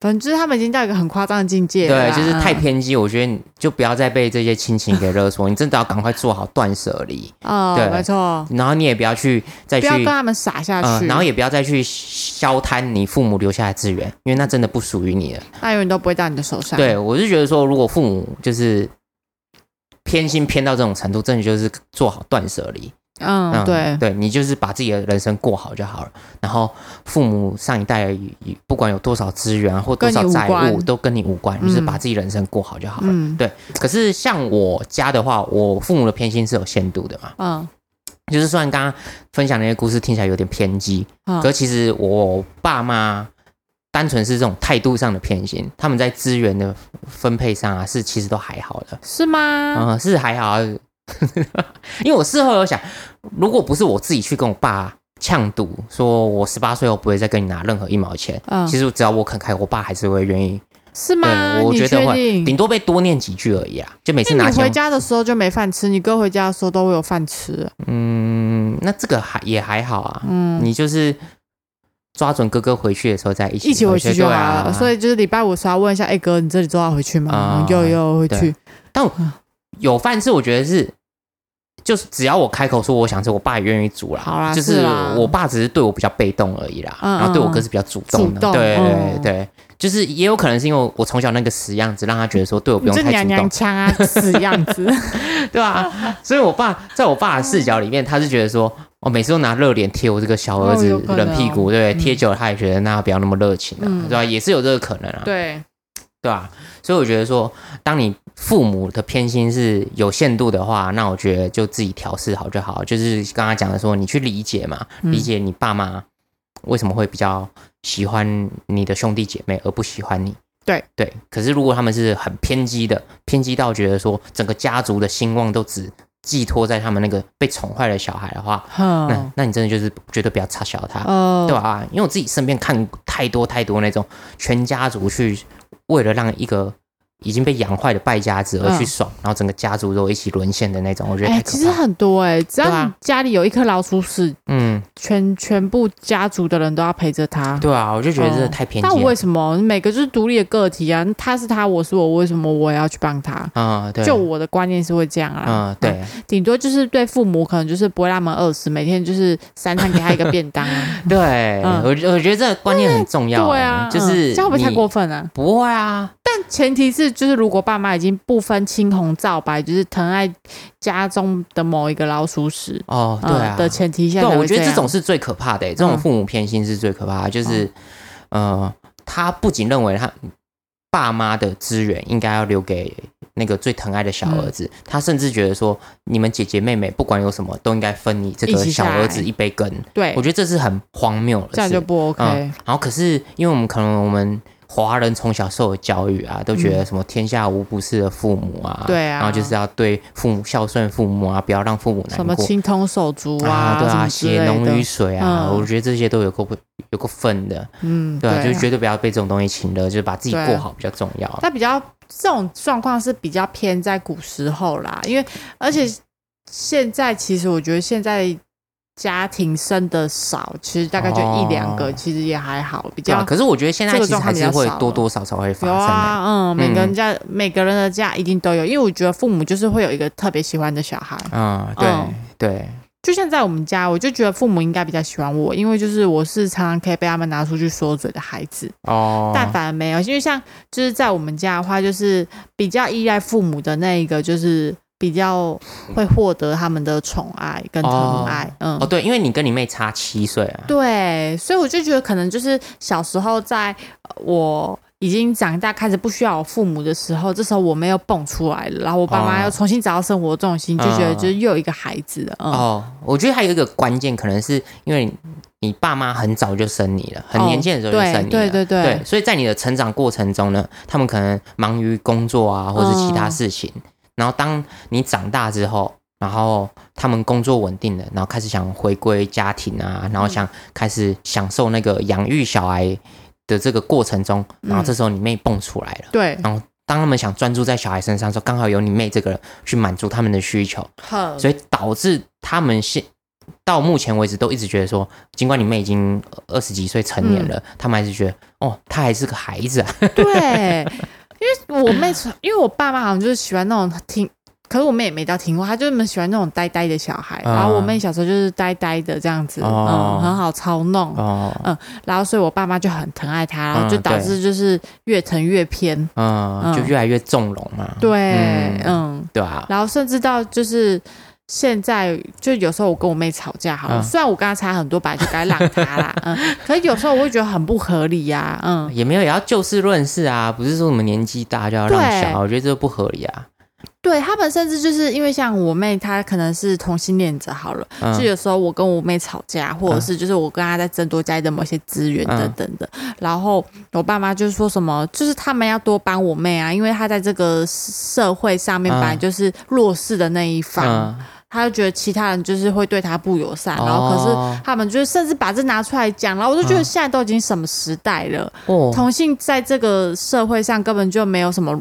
B: 反正就是他们已经到一个很夸张的境界了
A: 对，
B: 啦，
A: 就是太
B: 嗯
A: 偏激，我觉得你就不要再被这些亲情给勒
B: <laughs>
A: 索，你真的要赶快做好断舍离，
B: 哦，
A: 对
B: 没错，
A: 然后你也不要去再
B: 不
A: 去
B: 要，跟他们傻下
A: 呃
B: 去，
A: 然后也不要再去消贪你父母留下的资源，因为那真的不属于你了。
B: 那永远都不会到你的手上。
A: 对我是觉得说，如果父母就是偏心偏到这种程度，真的就是做好断舍离，
B: 嗯，对，
A: 对你就是把自己的人生过好就好了。然后父母上一代不管有多少资源啊或多
B: 跟你
A: 少
B: 无
A: 债务
B: 关
A: 都跟你无关，就是
B: 嗯
A: 把自己人生过好就好了。
B: 嗯
A: 对，可是像我家的话，我父母的偏心是有限度的嘛。
B: 嗯
A: 就是虽然刚刚分享那些故事听起来有点偏激，
B: 嗯
A: 可其实我爸妈单纯是这种态度上的偏心，他们在资源的分配上啊，是其实都还好的，
B: 是吗？
A: 啊、是还好、啊。 <laughs> 因为我事后有想，如果不是我自己去跟我爸呛赌，说我十八岁后不会再跟你拿任何一毛钱，
B: 嗯，
A: 其实只要我肯开，我爸还是会愿意，
B: 是吗？
A: 对我
B: 你
A: 觉
B: 确
A: 得会，
B: 定？
A: 顶多被多念几句而已啊。就每次
B: 嗯那
A: 拿
B: 你
A: 钱
B: 回，家的时候就没饭吃，你哥回家的时候都会有饭吃。
A: 嗯，那这个还也还好啊，嗯，你就是抓准哥哥回去的时候再一起
B: 一起回去就好
A: 对
B: 了。
A: 啊。
B: 所以就是礼拜五时候问一下，哎、哥，你这里周要回去吗
A: 啊？
B: 有有回去
A: 对，有饭吃，我觉得是，就是只要我开口说我想吃，我爸也愿意煮啦。
B: 好啦
A: 就是是
B: 啦
A: 我爸只是对我比较被动而已啦，
B: 嗯嗯
A: 然后对我哥是比较主动
B: 主
A: 的。
B: 动
A: 对
B: 嗯
A: 对对，就是也有可能是因为我从小那个死样子，让他觉得说对我不
B: 你
A: 用
B: 这
A: 太
B: 娘
A: 主
B: <laughs> 娘
A: 动，
B: 腔啊，死样子。
A: 对啊。 <laughs> 所以我爸在我爸的视角里面，他是觉得说，哦我每次都拿热脸贴我这个小儿
B: 哦
A: 子
B: 有可能
A: 冷屁股，对，贴久了他也觉得那不要那么热情
B: 嗯
A: 啊，对吧？也是有这个可能啊。
B: <laughs> 对，
A: 对啊，所以我觉得说，当你父母的偏心是有限度的话，那我觉得就自己调试好就好。就是刚刚讲的说，你去理解嘛，
B: 嗯
A: 理解你爸妈为什么会比较喜欢你的兄弟姐妹，而不喜欢你。
B: 对
A: 对，可是如果他们是很偏激的，偏激到觉得说整个家族的兴旺都只寄托在他们那个被宠坏的小孩的话，那
B: 哼，
A: 那你真的就是绝对不要插小他。
B: 哦，
A: 对吧、啊因为我自己身边看太多太多那种全家族去为了让一个已经被养坏的败家子而去
B: 嗯
A: 爽，然后整个家族都一起沦陷的那种，我觉得
B: 哎、
A: 太可
B: 其
A: 怕
B: 实
A: 了。
B: 很多哎、只
A: 对
B: 要
A: 啊
B: 你家里有一颗老鼠屎，
A: 嗯，
B: 全全部家族的人都要陪着他。
A: 对啊，我就觉得真的
B: 嗯
A: 太偏
B: 那
A: 激
B: 我
A: 了
B: 为。什么每个就是独立的个体啊？他是他，我是我，为什么我也要去帮他？
A: 啊、对，
B: 就我的观念是会这样啊
A: 嗯，，对，
B: 顶多就是对父母可能就是不会让他们饿死，每天就是三餐给他一个便当啊。
A: 对，
B: 嗯
A: 我我觉得这个观念很重 <laughs> 要、欸
B: 对啊，
A: 就是
B: 嗯这样会不会太
A: 你
B: 过分啊？
A: 不会啊，
B: 但前提是，就是如果爸妈已经不分青红皂白，就是疼爱家中的某一个老鼠屎，
A: 哦，对啊，
B: 嗯、的前提下
A: 对，
B: 才会样，
A: 我觉得这种是最可怕的、欸这种
B: 嗯
A: 父母偏心是最可怕的，就是，呃，他不仅认为他爸妈的资源应该要留给那个最疼爱的小儿子，
B: 嗯
A: 他甚至觉得说，你们姐姐妹妹不管有什么，都应该分你这
B: 一
A: 个
B: 起下
A: 小
B: 来
A: 儿子一杯羹。
B: 对
A: 我，觉得这是很荒谬的事，
B: 这样就不 OK。
A: 嗯，然后可是因为我们可能我们华人从小受的教育啊，都觉得什么天下无不是的父母啊，
B: 嗯对啊
A: 然后就是要对父母孝顺父母啊，不要让父母难过，
B: 什么青铜手足
A: 啊，对
B: 什
A: 啊，
B: 么之类
A: 血
B: 的
A: 浓于水啊，
B: 嗯
A: 我觉得这些都有够不有够分的，
B: 嗯，
A: 对啊，就是
B: 觉
A: 绝对不要被这种东西侵了，就是把自己
B: 对啊
A: 过好比较重要。
B: 但比较这种状况是比较偏在古时候啦，因为而且
A: 嗯
B: 现在其实我觉得现在家庭生的少，其实大概就一两个，
A: 哦
B: 其实也还好，比
A: 对啊，
B: 较。
A: 可是我觉得现在
B: 这个
A: 其实还是
B: 状况比
A: 会
B: 较少
A: 多多少少会发
B: 有
A: 生欸。
B: 啊，嗯，每个
A: 嗯
B: 人家、每个人的家一定都有，因为我觉得父母就是会有一个特别喜欢的小孩，
A: 啊，
B: 嗯
A: 对对，
B: 就像在我们家，我就觉得父母应该比较喜欢我，因为就是我是常常可以被他们拿出去说嘴的孩子。
A: 哦，
B: 但反而没有，因为像就是在我们家的话，就是比较依赖父母的那一个，就是比较会获得他们的宠爱跟疼爱，嗯。
A: 哦对，因为你跟你妹差七岁啊，
B: 对，所以我就觉得可能就是小时候在呃我已经长大开始不需要我父母的时候，这时候我没有蹦出来了，然后我爸妈
A: 哦
B: 要重新找到生活重心，就觉得
A: 嗯
B: 就是又有一个孩子了，嗯，
A: 哦，我觉得还有一个关键，可能是因为你你爸妈很早就生你了，很
B: 哦
A: 年轻的时候就
B: 对
A: 生你
B: 对
A: 了，
B: 对对
A: 所以在你的成长过程中呢，他们可能忙于工作啊，或是其他
B: 嗯
A: 事情，然后当你长大之后。然后他们工作稳定了，然后开始想回归家庭啊，然后想开始享受那个养育小孩的这个过程中，然后这时候你妹蹦出来了，
B: 对，
A: 然后当他们想专注在小孩身上的时候，刚好有你妹这个人去满足他们的需求，
B: 很
A: 所以导致他们现到目前为止都一直觉得说，尽管你妹已经二十几岁成年了，
B: 嗯
A: 他们还是觉得哦，她还是个孩子啊。
B: 对，因为我妹从，因为我爸妈好像就是喜欢那种听，可是我妹也没到听过，她就是喜欢那种呆呆的小孩。
A: 啊
B: 然后我妹小时候就是呆呆的这样子，
A: 哦
B: 嗯，很好操弄。
A: 哦，
B: 然后所以我爸妈就很疼爱她，然后就
A: 嗯
B: 导致就是越疼越偏。
A: 嗯，就越来越纵容嘛。
B: 对，嗯
A: 嗯对啊，
B: 然后甚至到就是。现在就有时候我跟我妹吵架好了，
A: 嗯
B: 虽然我跟她差很多，本来就该让她啦，嗯，可是有时候我会觉得很不合理呀、嗯，
A: 也没有也要就事论事啊，不是说我们年纪大就要让
B: 对
A: 小孩，我觉得这不合理啊。
B: 对他们甚至就是因为像我妹，她可能是同性恋者好了，
A: 嗯
B: 就有时候我跟我妹吵架，或者是就是我跟她在争夺家里的某些资源
A: 嗯
B: 等等的，然后我爸妈就说什么，就是他们要多帮我妹啊，因为她在这个社会上面
A: 嗯
B: 本来就是弱势的那一方，
A: 嗯
B: 他就觉得其他人就是会对他不友善，然后可是
A: 哦
B: 他们就是甚至把这拿出来讲，然后我就觉得
A: 嗯
B: 现在都已经什么时代了，
A: 哦，
B: 同性在这个社会上根本就没有什么，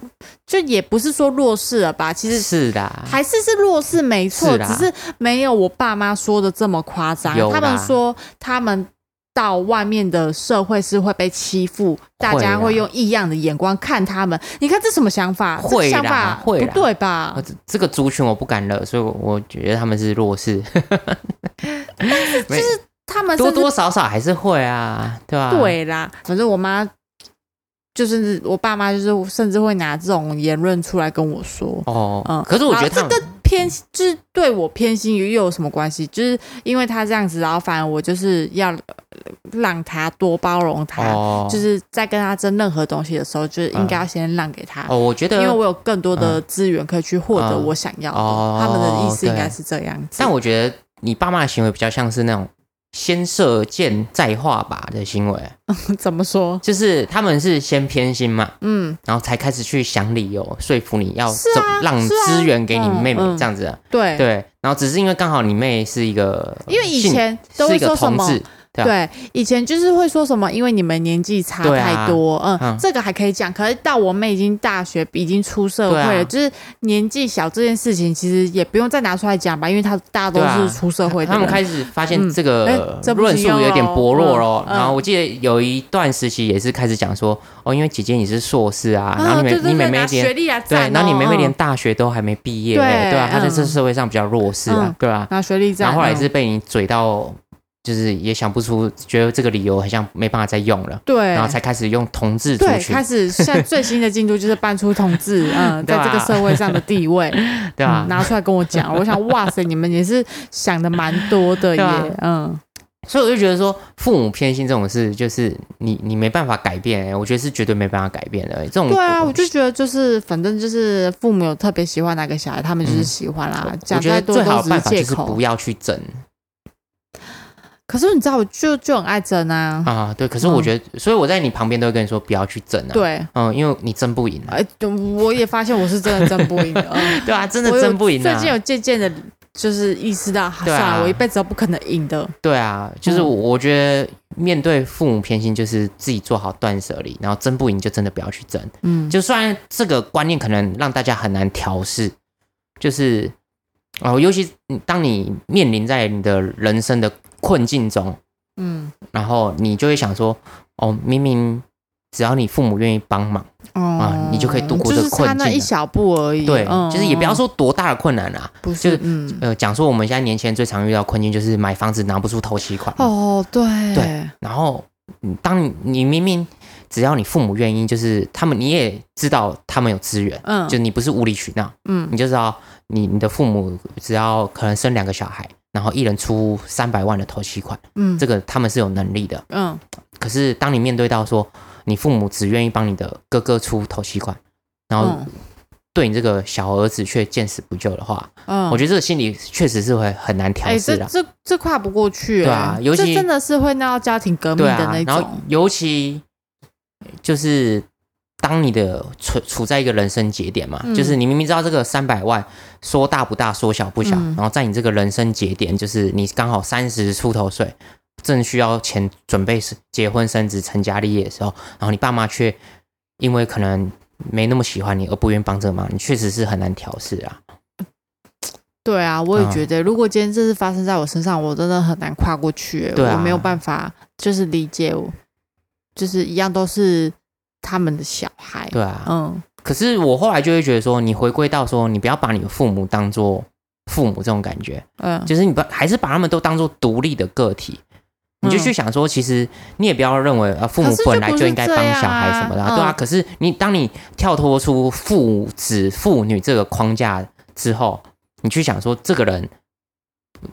B: 就也不是说弱势了吧，其实。
A: 是的，啊
B: 还是是弱势没错，
A: 是
B: 只
A: 啦
B: 是没有我爸妈说的这么夸张
A: 有。啦
B: 他们说他们到外面的社会是会被欺负，大家会用异样的眼光看他们。你看这什么想法？这
A: 会
B: 个
A: 啦
B: 想法
A: 会啦
B: 不对吧
A: 我？这这个族群我不敢惹，所以我我觉得他们是弱势，就是
B: 他
A: <laughs>
B: 们
A: 多
B: 甚至
A: 多少少还是会啊，对吧、，
B: 对啦，反正我妈就是我爸妈，就是甚至会拿这种言论出来跟我说。
A: 哦，
B: 嗯
A: 可是我觉得
B: 然
A: 他
B: 后
A: 们
B: 这个偏就是对我偏心于又有什么关系？就是因为他这样子，然后反而我就是要呃让他多包容他，
A: 哦，
B: 就是在跟他争任何东西的时候，就是应该要先让给他，
A: 哦，我觉
B: 因为
A: 得，
B: 我有更多的资源可以去获得
A: 嗯
B: 我想要的。
A: 哦
B: 他们的意思应该
A: 对
B: 是这样子。
A: 但我觉得你爸妈的行为比较像是那种先射箭再画靶的行为，
B: <laughs> 怎么说？
A: 就是他们是先偏心嘛，
B: 嗯，
A: 然后才开始去想理由说服你要
B: 是啊
A: 怎么让
B: 是啊
A: 资源给你妹妹
B: 嗯嗯
A: 这样子啊，
B: 对，
A: 对，然后只是因为刚好你妹是一个性，
B: 因为以前都
A: 是
B: 会
A: 一
B: 说
A: 个
B: 什
A: 同
B: 么。
A: 志，对啊
B: 对，以前就是会说什么，因为你们年纪差
A: 对啊
B: 太多，嗯，
A: 嗯
B: 这个还可以讲。可是到我妹已经大学，已经出社会了，
A: 对啊
B: 就是年纪小这件事情，其实也不用再拿出来讲吧，因为她大家
A: 对
B: 都
A: 啊
B: 是出社会的
A: 他
B: 人。
A: 们开始发现这
B: 嗯哎
A: 个
B: 这不
A: 论
B: 行
A: 述
B: 哦
A: 有点薄弱咯。
B: 嗯嗯
A: 然后我记得有一段时期也是开始讲说，哦，因为姐姐你是硕士啊，然后你
B: 对
A: 妹
B: 对
A: 你妹
B: 对，
A: 妹
B: 拿学
A: 连
B: 历来
A: 对
B: 赞、哦，，
A: 然后你妹妹连
B: 嗯
A: 大学都还没毕业，
B: 对
A: 对啊，她在这
B: 嗯
A: 社会上比较弱势啊
B: 嗯，
A: 对啊。
B: 拿学历赞，
A: 然后后来
B: 嗯
A: 是被你嘴到，就是也想不出，觉得这个理由好像没办法再用了，
B: 对，
A: 然后才开始用同志族
B: 对
A: 群
B: 开，始现在最新的进度就是办出
A: <laughs>
B: 同志，嗯，
A: 对
B: 在
A: 啊
B: 这个社会上的地位，
A: <laughs> 对啊
B: 嗯，拿出来跟我讲，我想，哇塞，你们也是想的蛮多的耶，
A: 对啊
B: 嗯，
A: 所以我就觉得说，父母偏心这种事，就是你你没办法改变、欸，我觉得是绝对没办法改变的、欸这种
B: 对啊，我就觉得就是，反正就是父母有特别喜欢哪个小孩，他们就是喜欢啦、
A: 嗯我
B: 讲
A: 觉
B: 再
A: 得
B: 多
A: 最好的
B: 都只是
A: 办法就
B: 借
A: 是
B: 口
A: 不。要去争
B: 可是你知道，我就就很爱争啊，
A: 啊，对。可是我觉得，所以我在你旁边都会跟你说不要去争啊，，
B: 对，
A: 嗯，因为你争不
B: <laughs>
A: 赢啊，
B: 哎、我也发现我是真的争不
A: <laughs>
B: 赢的，嗯
A: 对啊，真的
B: 我有
A: 争不赢
B: 最
A: 啊
B: 近，有渐渐的，就是意识到，
A: 对啊
B: 算了，我一辈子都不可能赢的，
A: 对啊，就是
B: 嗯
A: 我我觉得面对父母偏心，就是自己做好断舍离，然后争不赢就真的不要去争。
B: 嗯，
A: 就虽然这个观念可能让大家很难调试，就是哦，尤其嗯当你面临在你的人生的困境中，
B: 嗯，
A: 然后你就会想说，哦，明明只要你父母愿意帮忙，
B: 哦、
A: 啊你就可以度过这个
B: 就是差
A: 困
B: 那
A: 境
B: 一
A: 了
B: 小步而已，
A: 对，
B: 嗯、
A: 就是也不要
B: 嗯，
A: 说多大的困难啊，
B: 不
A: 就是是，
B: 嗯，
A: 呃，讲说我们现在年轻人最常遇到的困境就是买房子拿不出头期款，
B: 哦，对，
A: 对，然后嗯当你你明明只要你父母愿意，就是他们你也知道他们有资源，
B: 嗯，
A: 就你不是无理取闹，
B: 嗯，
A: 你就知道你你的父母只要可能生两个小孩，然后一人出三百万的头期款，
B: 嗯，
A: 这个他们是有能力的。
B: 嗯，
A: 可是当你面对到说你父母只愿意帮你的哥哥出头期款，然后
B: 嗯，
A: 对你这个小儿子却见死不救的话，
B: 嗯，
A: 我觉得这个心理确实是会很难调
B: 哎，
A: 试啊
B: 这
A: 的。
B: 这这跨不过去、欸，
A: 对啊尤
B: 这
A: 其
B: 真的是会闹到家庭革命
A: 对
B: 的
A: 啊
B: 那，
A: 然
B: 种，
A: 后尤其就是当你的处处在一个人生节点嘛，
B: 嗯
A: 就是你明明知道这个三百万说大不大，说小不小，
B: 嗯
A: 然后在你这个人生节点，就是你刚好三十出头岁，正需要钱准备是结婚生子、成家立业的时候，然后你爸妈却因为可能。没那么喜欢你，而不愿意帮这个忙，你确实是很难调试啊。
B: 哎对啊，我也
A: 嗯
B: 觉得，如果今天这是发生在我身上，我真的很难跨过去、欸
A: 对啊
B: 我没有办法，就是理解我，就是一样都是他们的小孩，
A: 对啊，
B: 嗯，
A: 可是我后来就会觉得说，你回归到说，你不要把你的父母当做父母这种感觉，
B: 嗯
A: 就是你把还是把他们都当做独立的个体，你
B: 嗯
A: 就去想说，其实你也不要认为啊，呃父母本来就应该帮小孩什么的啊，
B: 可是就不是这样啊
A: 对啊。
B: 嗯
A: 可是你当你跳脱出父子父女这个框架之后，你去想说，这个人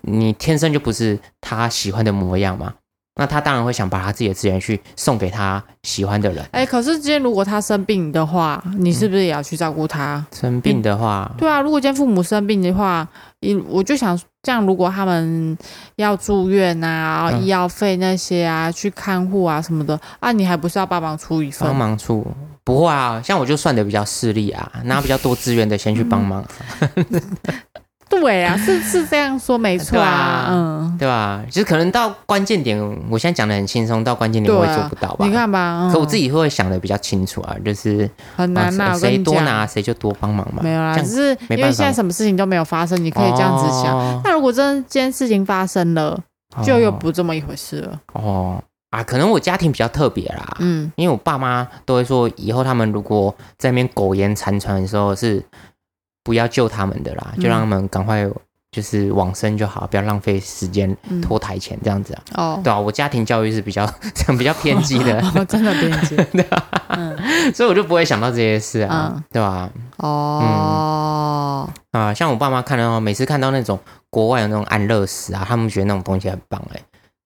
A: 你天生就不是他喜欢的模样嘛，那他当然会想把他自己的资源去送给他喜欢的人。
B: 哎、可是今天如果他生病的话，你是不是也要去照顾他？
A: 生病的话，
B: 对啊，如果今天父母生病的话，你我就想这样，如果他们要住院啊、
A: 嗯
B: 医药费那些啊、去看护啊什么的啊，你还不是要帮忙出一份
A: 帮？忙处不会
B: 嗯
A: 啊，像我就算的比较势利啊，拿比较多资源的先去帮忙啊、
B: 对尾啊，是是这样说没错啊，
A: <laughs> 对
B: 嗯，
A: 对吧？就是可能到关键点，我现在讲的很轻松，到关键点我也
B: 对啊
A: 做不到吧
B: 你。看吧，嗯
A: 可我自己会想的比较清楚啊，就是
B: 很
A: 啊
B: 难呐，我跟
A: 谁
B: 你
A: 多
B: 讲，
A: 拿谁就多帮忙嘛。
B: 没有啦，
A: 这
B: 只
A: 样
B: 是
A: 没
B: 因
A: 办法
B: 为现在什么事情都没有发生，你可以这样子想。
A: 哦
B: 那如果真的今天事情发生了，就又不这么一回事了。
A: 哦哦啊，可能我家庭比较特别啦，
B: 嗯，
A: 因为我爸妈都会说，以后他们如果在那边苟延残喘的时候，是不要救他们的啦，
B: 嗯
A: 就让他们赶快就是往生就好，不要浪费时间
B: 嗯
A: 拖台前这样子啊。
B: 哦，
A: 对啊，我家庭教育是比较 <laughs> 这样比较偏激的，
B: 哦真的编
A: <laughs>
B: 辑，
A: 啊
B: 嗯，
A: 所以我就不会想到这些事啊，
B: 嗯
A: 对吧、
B: 哦，
A: 啊，像我爸妈看到，每次看到那种国外有那种安乐死啊，他们觉得那种东西很棒哎、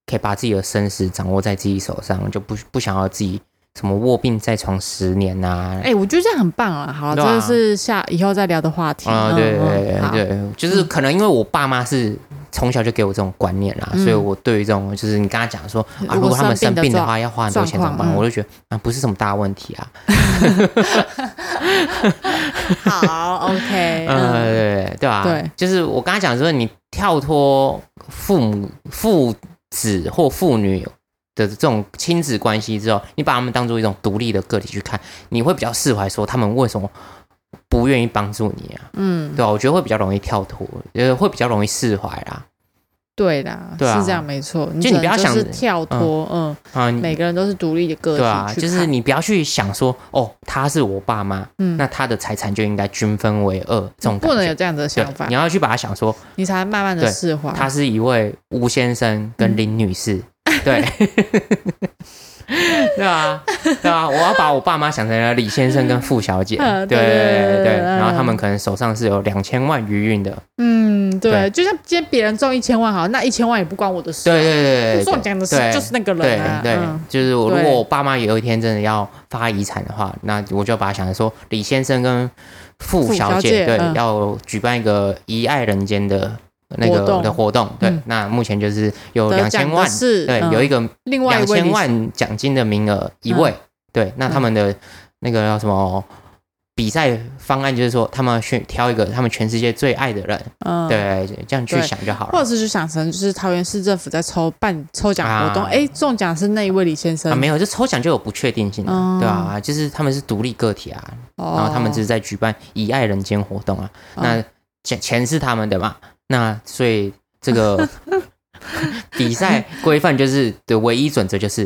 A: 可以把自己的生死掌握在自己手上，就不不想要自己什么卧病在床十年啊。
B: 哎，我觉得这样很棒啊。好了，
A: 对
B: 这
A: 啊
B: 个是下以后再聊的话题。
A: 啊、
B: 嗯
A: 对
B: 嗯好
A: 对对，就是可能因为我爸妈是从小就给我这种观念啦，
B: 嗯
A: 所以我对于这种就是你刚刚讲说啊，
B: 如
A: 如
B: 果
A: 果他们
B: 生
A: 生
B: 病的
A: 病的话要花很多钱怎
B: 状
A: 么
B: 况
A: 办？
B: 嗯
A: 我就觉得啊，不是什么大问题啊。
B: 好
A: <laughs>
B: ，OK，
A: 嗯，
B: 嗯，
A: 对对对啊，
B: 对
A: 就是我刚才讲说，你跳脱父母、父子或父女的这种亲子关系之后，你把他们当做一种独立的个体去看，你会比较释怀，说他们为什么不愿意帮助你啊？
B: 嗯，
A: 对啊，我觉得会比较容易跳脱，呃，会比较容易释怀啊啦。
B: 对啦，
A: 对啊
B: 是这样没错。
A: 就你不要
B: 只
A: 想
B: 能是跳脱，嗯，
A: 啊，你
B: 每个人都是独立的个体
A: 对啊，
B: 去
A: 就是
B: 看
A: 你不要去想说，哦，他是我爸妈，
B: 嗯
A: 那他的财产就应该均分为二，这种感
B: 不能有
A: 觉。
B: 这样子的
A: 对
B: 想，法
A: 你，要去把它想说，
B: 你才慢慢的
A: 对
B: 释怀。
A: 他是一位吴先生跟
B: 嗯
A: 林女士，对， <laughs> 对啊，对啊，我要把我爸妈想成了李先生跟傅小姐，
B: 嗯
A: 对
B: 对对
A: 对
B: 对
A: 对，
B: 嗯
A: 然后他们可能手上是有两千万余韵的，
B: 嗯，对，
A: 对
B: 就像今天别人中一千万好，那一千万也不关我的事啊。
A: 对对对对
B: 中
A: 对
B: 奖的事
A: 对
B: 就是那个
A: 对
B: 人啊。
A: 对
B: 嗯，
A: 就是我如
B: 对
A: 果我爸妈有一天真的要发遗产的话，那我就把它想成说李先生跟傅
B: 傅
A: 小
B: 小
A: 姐
B: 姐
A: 对
B: 嗯
A: 要举办一个遗爱人间的那
B: 活
A: 个
B: 动
A: 的活动，对
B: 嗯，
A: 那目前就是有
B: 得
A: 两
B: 奖
A: 千
B: 的
A: 万。
B: 是
A: 对，
B: 嗯
A: 有一个
B: 另外一
A: 两
B: 位
A: 千
B: 女
A: 万奖金的名额一位，
B: 嗯
A: 对，那他们的那个叫什么比赛方案，就是说他们去挑一个他们全世界最爱的人，
B: 嗯，
A: 对，这样去
B: 对
A: 想就好
B: 或
A: 了。
B: 者是就想成就是桃园市政府在抽办抽奖活动，
A: 啊
B: 哎，中奖是那一位李先生
A: 啊，，没有，就抽奖就有不确定性
B: 哦
A: 了，对啊，就是他们是独立个体啊，然
B: 然
A: 后他们只是在举办“以爱人间”活动啊，
B: 哦嗯
A: 那钱钱是他们的嘛，那所以这
B: <laughs>
A: 个比赛规范就是的唯一准则就是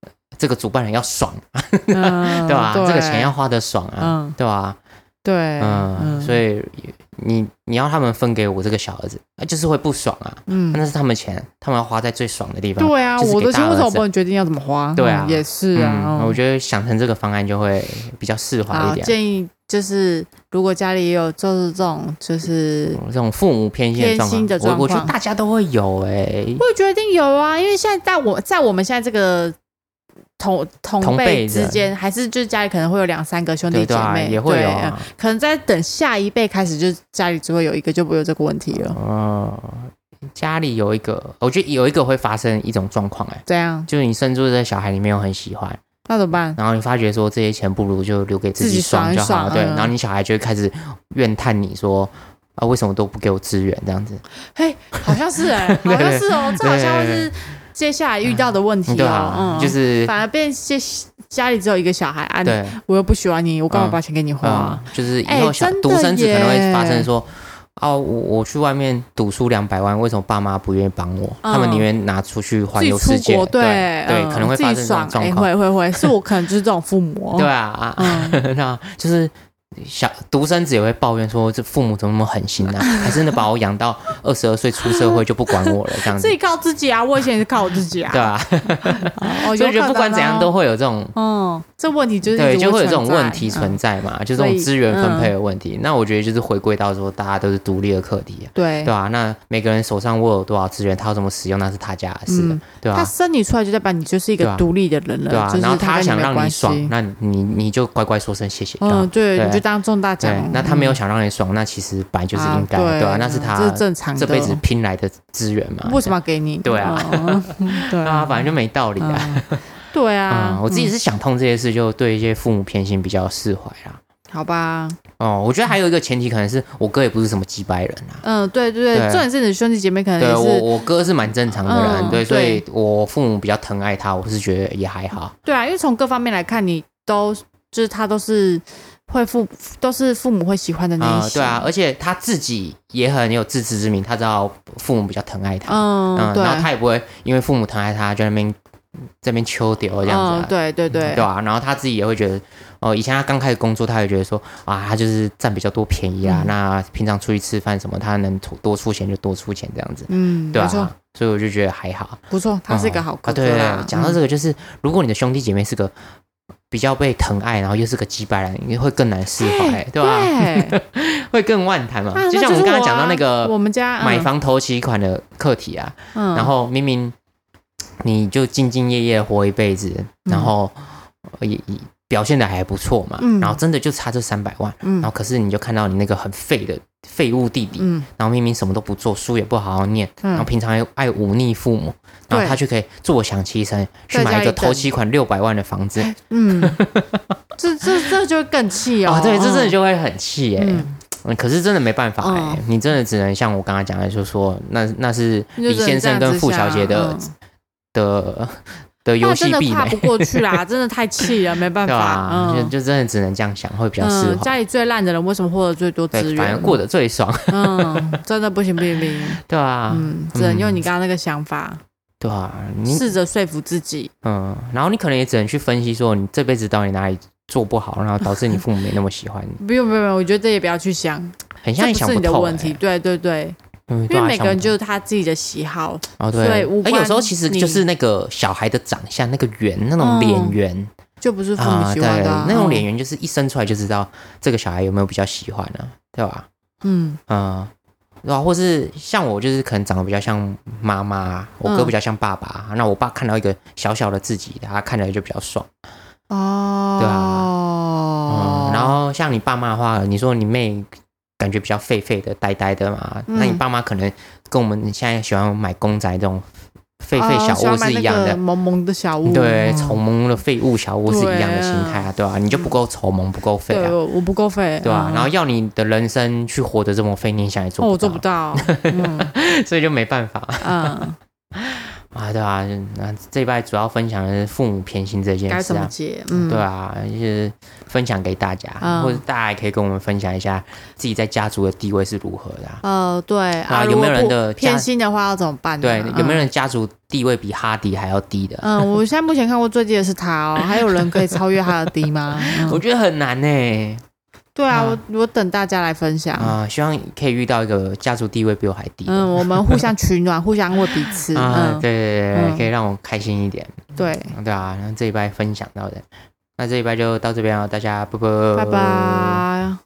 A: 呃这个主办人要爽，
B: 嗯对
A: <laughs> 对吧
B: 吧？
A: 这个钱要花得爽啊，
B: 嗯
A: 对吧？
B: 对
A: 嗯，所
B: 以
A: 以你你要他们分给我这个小儿子，啊就是会不爽啊，
B: 嗯。
A: 那是他们钱，他们要花在最爽的地方。
B: 对啊，
A: 就是给
B: 我的钱
A: 大儿
B: 为什么
A: 子
B: 不能决定要怎么花？
A: 对啊
B: 嗯也是啊。
A: 嗯，我
B: 嗯
A: 觉得想成这个方案就会比较释怀一
B: 好，
A: 点。
B: 建议就是如果家里也有就是这种就是
A: 这种父母偏心的状
B: 偏
A: 况，
B: 心的状
A: 我我觉
B: 况
A: 得大家都会有哎、
B: 我决定有啊，因为现在在我在我们现在这个同同
A: 同
B: 辈
A: 辈
B: 之
A: 的
B: 间，还是就是家里可能会有两三个兄弟
A: 对
B: 姐
A: 对啊，
B: 妹，
A: 也会有
B: 对
A: 啊。
B: 嗯可能在等下一辈开始，就是家里只会有一个，就不会有这个问题了。
A: 哦、家里有一个，我觉得有一个会发生一种状况哎，
B: 这样
A: 就是你生出的小孩你没有很喜欢，
B: 啊那怎
A: <laughs>
B: 么办？
A: 然后你发觉说这些钱不如就留给自
B: 自己
A: 己
B: 爽
A: 爽
B: 一
A: 就好
B: 爽
A: 了，对，
B: 嗯
A: 然后你小孩就会开始怨叹你说啊为什么都不给我资源这样子，
B: 嘿，好像是哎、好像是哦，这好像会是接下来遇到的问题
A: 对
B: 哦
A: 啊，。
B: 嗯，
A: 就是
B: 反而变家家里只有一个小孩啊，
A: 对，
B: 我又不喜欢你，我干嘛
A: 嗯
B: 把钱给你花、
A: 嗯，就是以
B: 哎
A: 后小
B: 真的
A: 独生子可能会发
B: 耶
A: 生说。哦，我我去外面赌输两百万，为什么爸妈不愿意帮我？
B: 嗯
A: 他们宁愿拿出去环
B: 自己
A: 游世
B: 出
A: 界。
B: 国，
A: 对对、
B: 嗯
A: 可能会
B: 自
A: 发
B: 己
A: 生这
B: 爽
A: 种，
B: 哎
A: 状况。
B: 会会会，是我可能就是这种父母、哦，
A: <laughs> 对啊，啊
B: 嗯，
A: <laughs> 那就是小独生子也会抱怨说，这父母怎么那么狠心啊？还真的把我养到二十二岁出社会就不管我了，这样
B: <laughs> 自
A: 子
B: 己，靠自己啊，我以前也是靠我自己啊。
A: 对啊。
B: 哦，
A: 所以我觉得
B: 有可能哦
A: 不管怎样都，会有这种。
B: 嗯，这问题就是
A: 对，
B: 一直
A: 就会有
B: 存
A: 这种
B: 在
A: 问题存
B: 嗯
A: 在嘛，就这
B: 所
A: 种
B: 以嗯
A: 资源分配的问题。那我觉得就是回归到说，大家都是独立的课题、啊，
B: 对
A: 对，吧、那每个人手上握有多少资源，他要怎么使用，那是他家的事，
B: 嗯
A: 对吧、
B: 他生你出来就代表你就是一
A: 对
B: 个
A: 啊
B: 独立的人了，
A: 对吧、
B: 就是
A: 然后
B: 他
A: 他
B: 跟
A: 想
B: 没有
A: 让
B: 关
A: 你爽
B: 系，
A: 那你你就乖乖说声谢谢。
B: 嗯，
A: 嗯
B: 对，
A: 对
B: 你就当中大奖
A: 对
B: 了。，
A: 那他没有
B: 嗯
A: 想让你爽，那其实本来就是应该，
B: 啊
A: 对吧、那是
B: 嗯
A: 他
B: 这是正常的，
A: 这辈子拼来的资源嘛。
B: 为什么要给你？
A: 对啊 <laughs>
B: 嗯，对
A: 对啊，反正就没道理啊。
B: 嗯对
A: 啊、
B: 啊，
A: 我自己
B: 嗯
A: 是想通这些事，就对一些父母偏心比较释怀啦。
B: 嗯好吧，
A: 哦，我觉得还有一个前提可能是我哥也不是什么几百人啊。
B: 嗯，对对对，
A: 对
B: 重点是你的兄弟姐妹可能
A: 对
B: 也
A: 我，
B: 是
A: 我哥是蛮正常的人，
B: 嗯
A: 对，
B: 对
A: 所以我父母比较疼爱他，我是觉得也还好。
B: 对啊，因为从各方面来看，你都就是他都是会父都是父母会喜欢的那
A: 啊、
B: 一些，
A: 对啊，而且他自己也很有自知之明，他知道父母比较疼爱他，
B: 嗯，
A: 嗯，
B: 对，
A: 然后他也不会因为父母疼爱他就在那边这边秋丢这样子、啊
B: 嗯，对对对，
A: 对啊，然后他自己也会觉得，哦、以前他刚开始工作，他也觉得说，啊，他就是占比较多便宜啊，
B: 嗯
A: 那平常出去吃饭什么，他能出多出钱就多出钱这样子，
B: 嗯，
A: 对
B: 没错
A: 啊，所以我就觉得还好。
B: 不错，他是一个
A: 嗯
B: 好
A: 啊，
B: 哥
A: 对
B: 哥
A: 对
B: 啦
A: 对，。讲到
B: 嗯
A: 这个，就是如果你的兄弟姐妹是个比较被疼爱，然后又是个鸡巴人，你会更难释怀，哎对啊吧、
B: 哎对，
A: 会更万谈嘛。
B: 啊
A: 就像
B: 那
A: 我
B: 是
A: 们刚刚
B: 啊
A: 讲到那个
B: 我们家
A: 买，房头期款的课题啊，
B: 嗯嗯
A: 然后明明你就兢兢业业活一辈子，然后呃也也表现的还不错嘛，
B: 嗯
A: 然后真的就差这三百万，
B: 嗯
A: 然后可是你就看到你那个很废的废物弟弟，
B: 嗯
A: 然后明明什么都不做，书也不好好念，然后
B: 嗯，
A: 平常又爱忤逆父母，然后
B: 对
A: 他却可以坐享其成去
B: 在家
A: 买一个
B: 里等
A: 头期款六百万的房
B: <laughs>
A: 子，
B: 嗯，这这这就会更气哦
A: 啊，，对，这真的
B: 嗯
A: 就会很气耶、
B: 嗯
A: 嗯可是真的没办法哎、
B: 嗯
A: 你真的只能像我刚刚讲的，就说那那是
B: 你就
A: 李
B: 只能
A: 先生
B: 这样
A: 跟
B: 子
A: 傅小
B: 想
A: 姐的、
B: 嗯
A: 的的游
B: 那
A: 戏
B: 真的
A: 币
B: 跨
A: 呢 <laughs>
B: 不，过去啦，真的太气了，没办
A: 对
B: 法，
A: 吧？就
B: 嗯
A: 就真的只能这样想，会比较释
B: 嗯，
A: 怀。
B: 家里最烂的人为什么获得最多资
A: 对，
B: 源？
A: 反而过得最
B: <laughs>
A: 爽，
B: 嗯，真的不行不行不行，
A: 对 <laughs> 啊，
B: 嗯，只能用你刚刚那个想法，
A: 对啊，你
B: 试着说服自己，
A: 嗯，然后你可能也只能去分析说，你这辈子到底哪里做不好，然后导
B: <laughs>
A: 致你父母没那么喜欢你，
B: 不用不用不用，我觉得这也不要去想，
A: 很像
B: 这
A: 也
B: 不
A: 想
B: 是你的
A: 透、欸。
B: 问题，对对对，
A: 嗯，
B: 因
A: 对
B: 为
A: 啊
B: 每个人
A: 想
B: 就有他自己的喜好，
A: 不透哦对，
B: 所以无
A: 哎，有时候
B: 关
A: 其实
B: 你
A: 就是那个小孩的长相，那个圆，那种脸
B: 嗯
A: 圆。
B: 就不是父
A: 啊，
B: 母喜
A: 对，
B: 欢的啊、
A: 那种
B: 嗯
A: 脸，圆就是一生出来就知道这个小孩有没有比较喜欢呢、对吧？
B: 嗯
A: 嗯，对啊，或是像我就是可能长得比较像妈妈，我哥
B: 嗯
A: 比较像爸爸，那我爸看到一个小小的自己，他看起来就比较爽。
B: 哦，
A: 对啊嗯，然后像你爸妈的话，你说你妹。感觉比较废废的、呆呆的嘛，那你
B: 嗯
A: 爸妈可能跟我们现在喜欢买公仔这种废废小
B: 哦
A: 屋是一样
B: 喜欢买那
A: 的
B: 个，萌萌的小屋，
A: 对，
B: 嗯
A: 丑萌萌的废物小屋是一样的心态啊，对吧、你就不够丑萌，不够废啊
B: 对，，我我不够费，
A: 对啊，
B: 嗯
A: 然后要你的人生去活得这么费，你想也做
B: 哦，
A: 不到，
B: 我做不到，
A: <laughs>
B: 嗯
A: 所以就没办
B: <laughs>
A: 法
B: 嗯，
A: 啊，对啊，就那这一拜主要分享的是父母偏心这件
B: 该
A: 事
B: 怎么
A: 啊，
B: 解？嗯，
A: 对啊，就是分享给大家，
B: 嗯
A: 或者大家也可以跟我们分享一下自己在家族的地位是如何的啊、
B: 呃，对
A: 啊
B: 啊，
A: 有
B: 如
A: 没
B: 果
A: 有人
B: 不
A: 的家
B: 偏心的话要怎么办呢？
A: 对，有没有
B: 嗯？
A: 人家族地位比哈迪还要低的？
B: 嗯，我现在目前看过最低的
A: <laughs>
B: 是他哦，还有人可以超越他的低吗？
A: 我
B: 嗯、
A: 觉得很难呢、
B: 对啊，
A: 啊
B: 我我等大家来分享。
A: 啊、希望可以遇到一个家族地位比我还低的。
B: 嗯，我们互相取暖，互相安慰彼此。
A: 啊，
B: 嗯，
A: 对对对对，
B: 嗯
A: 可以让我开心一点。
B: 对，
A: 对哦啊，那这一拜分享到的，那这一拜就到这边了，大家啵啵，
B: 拜拜。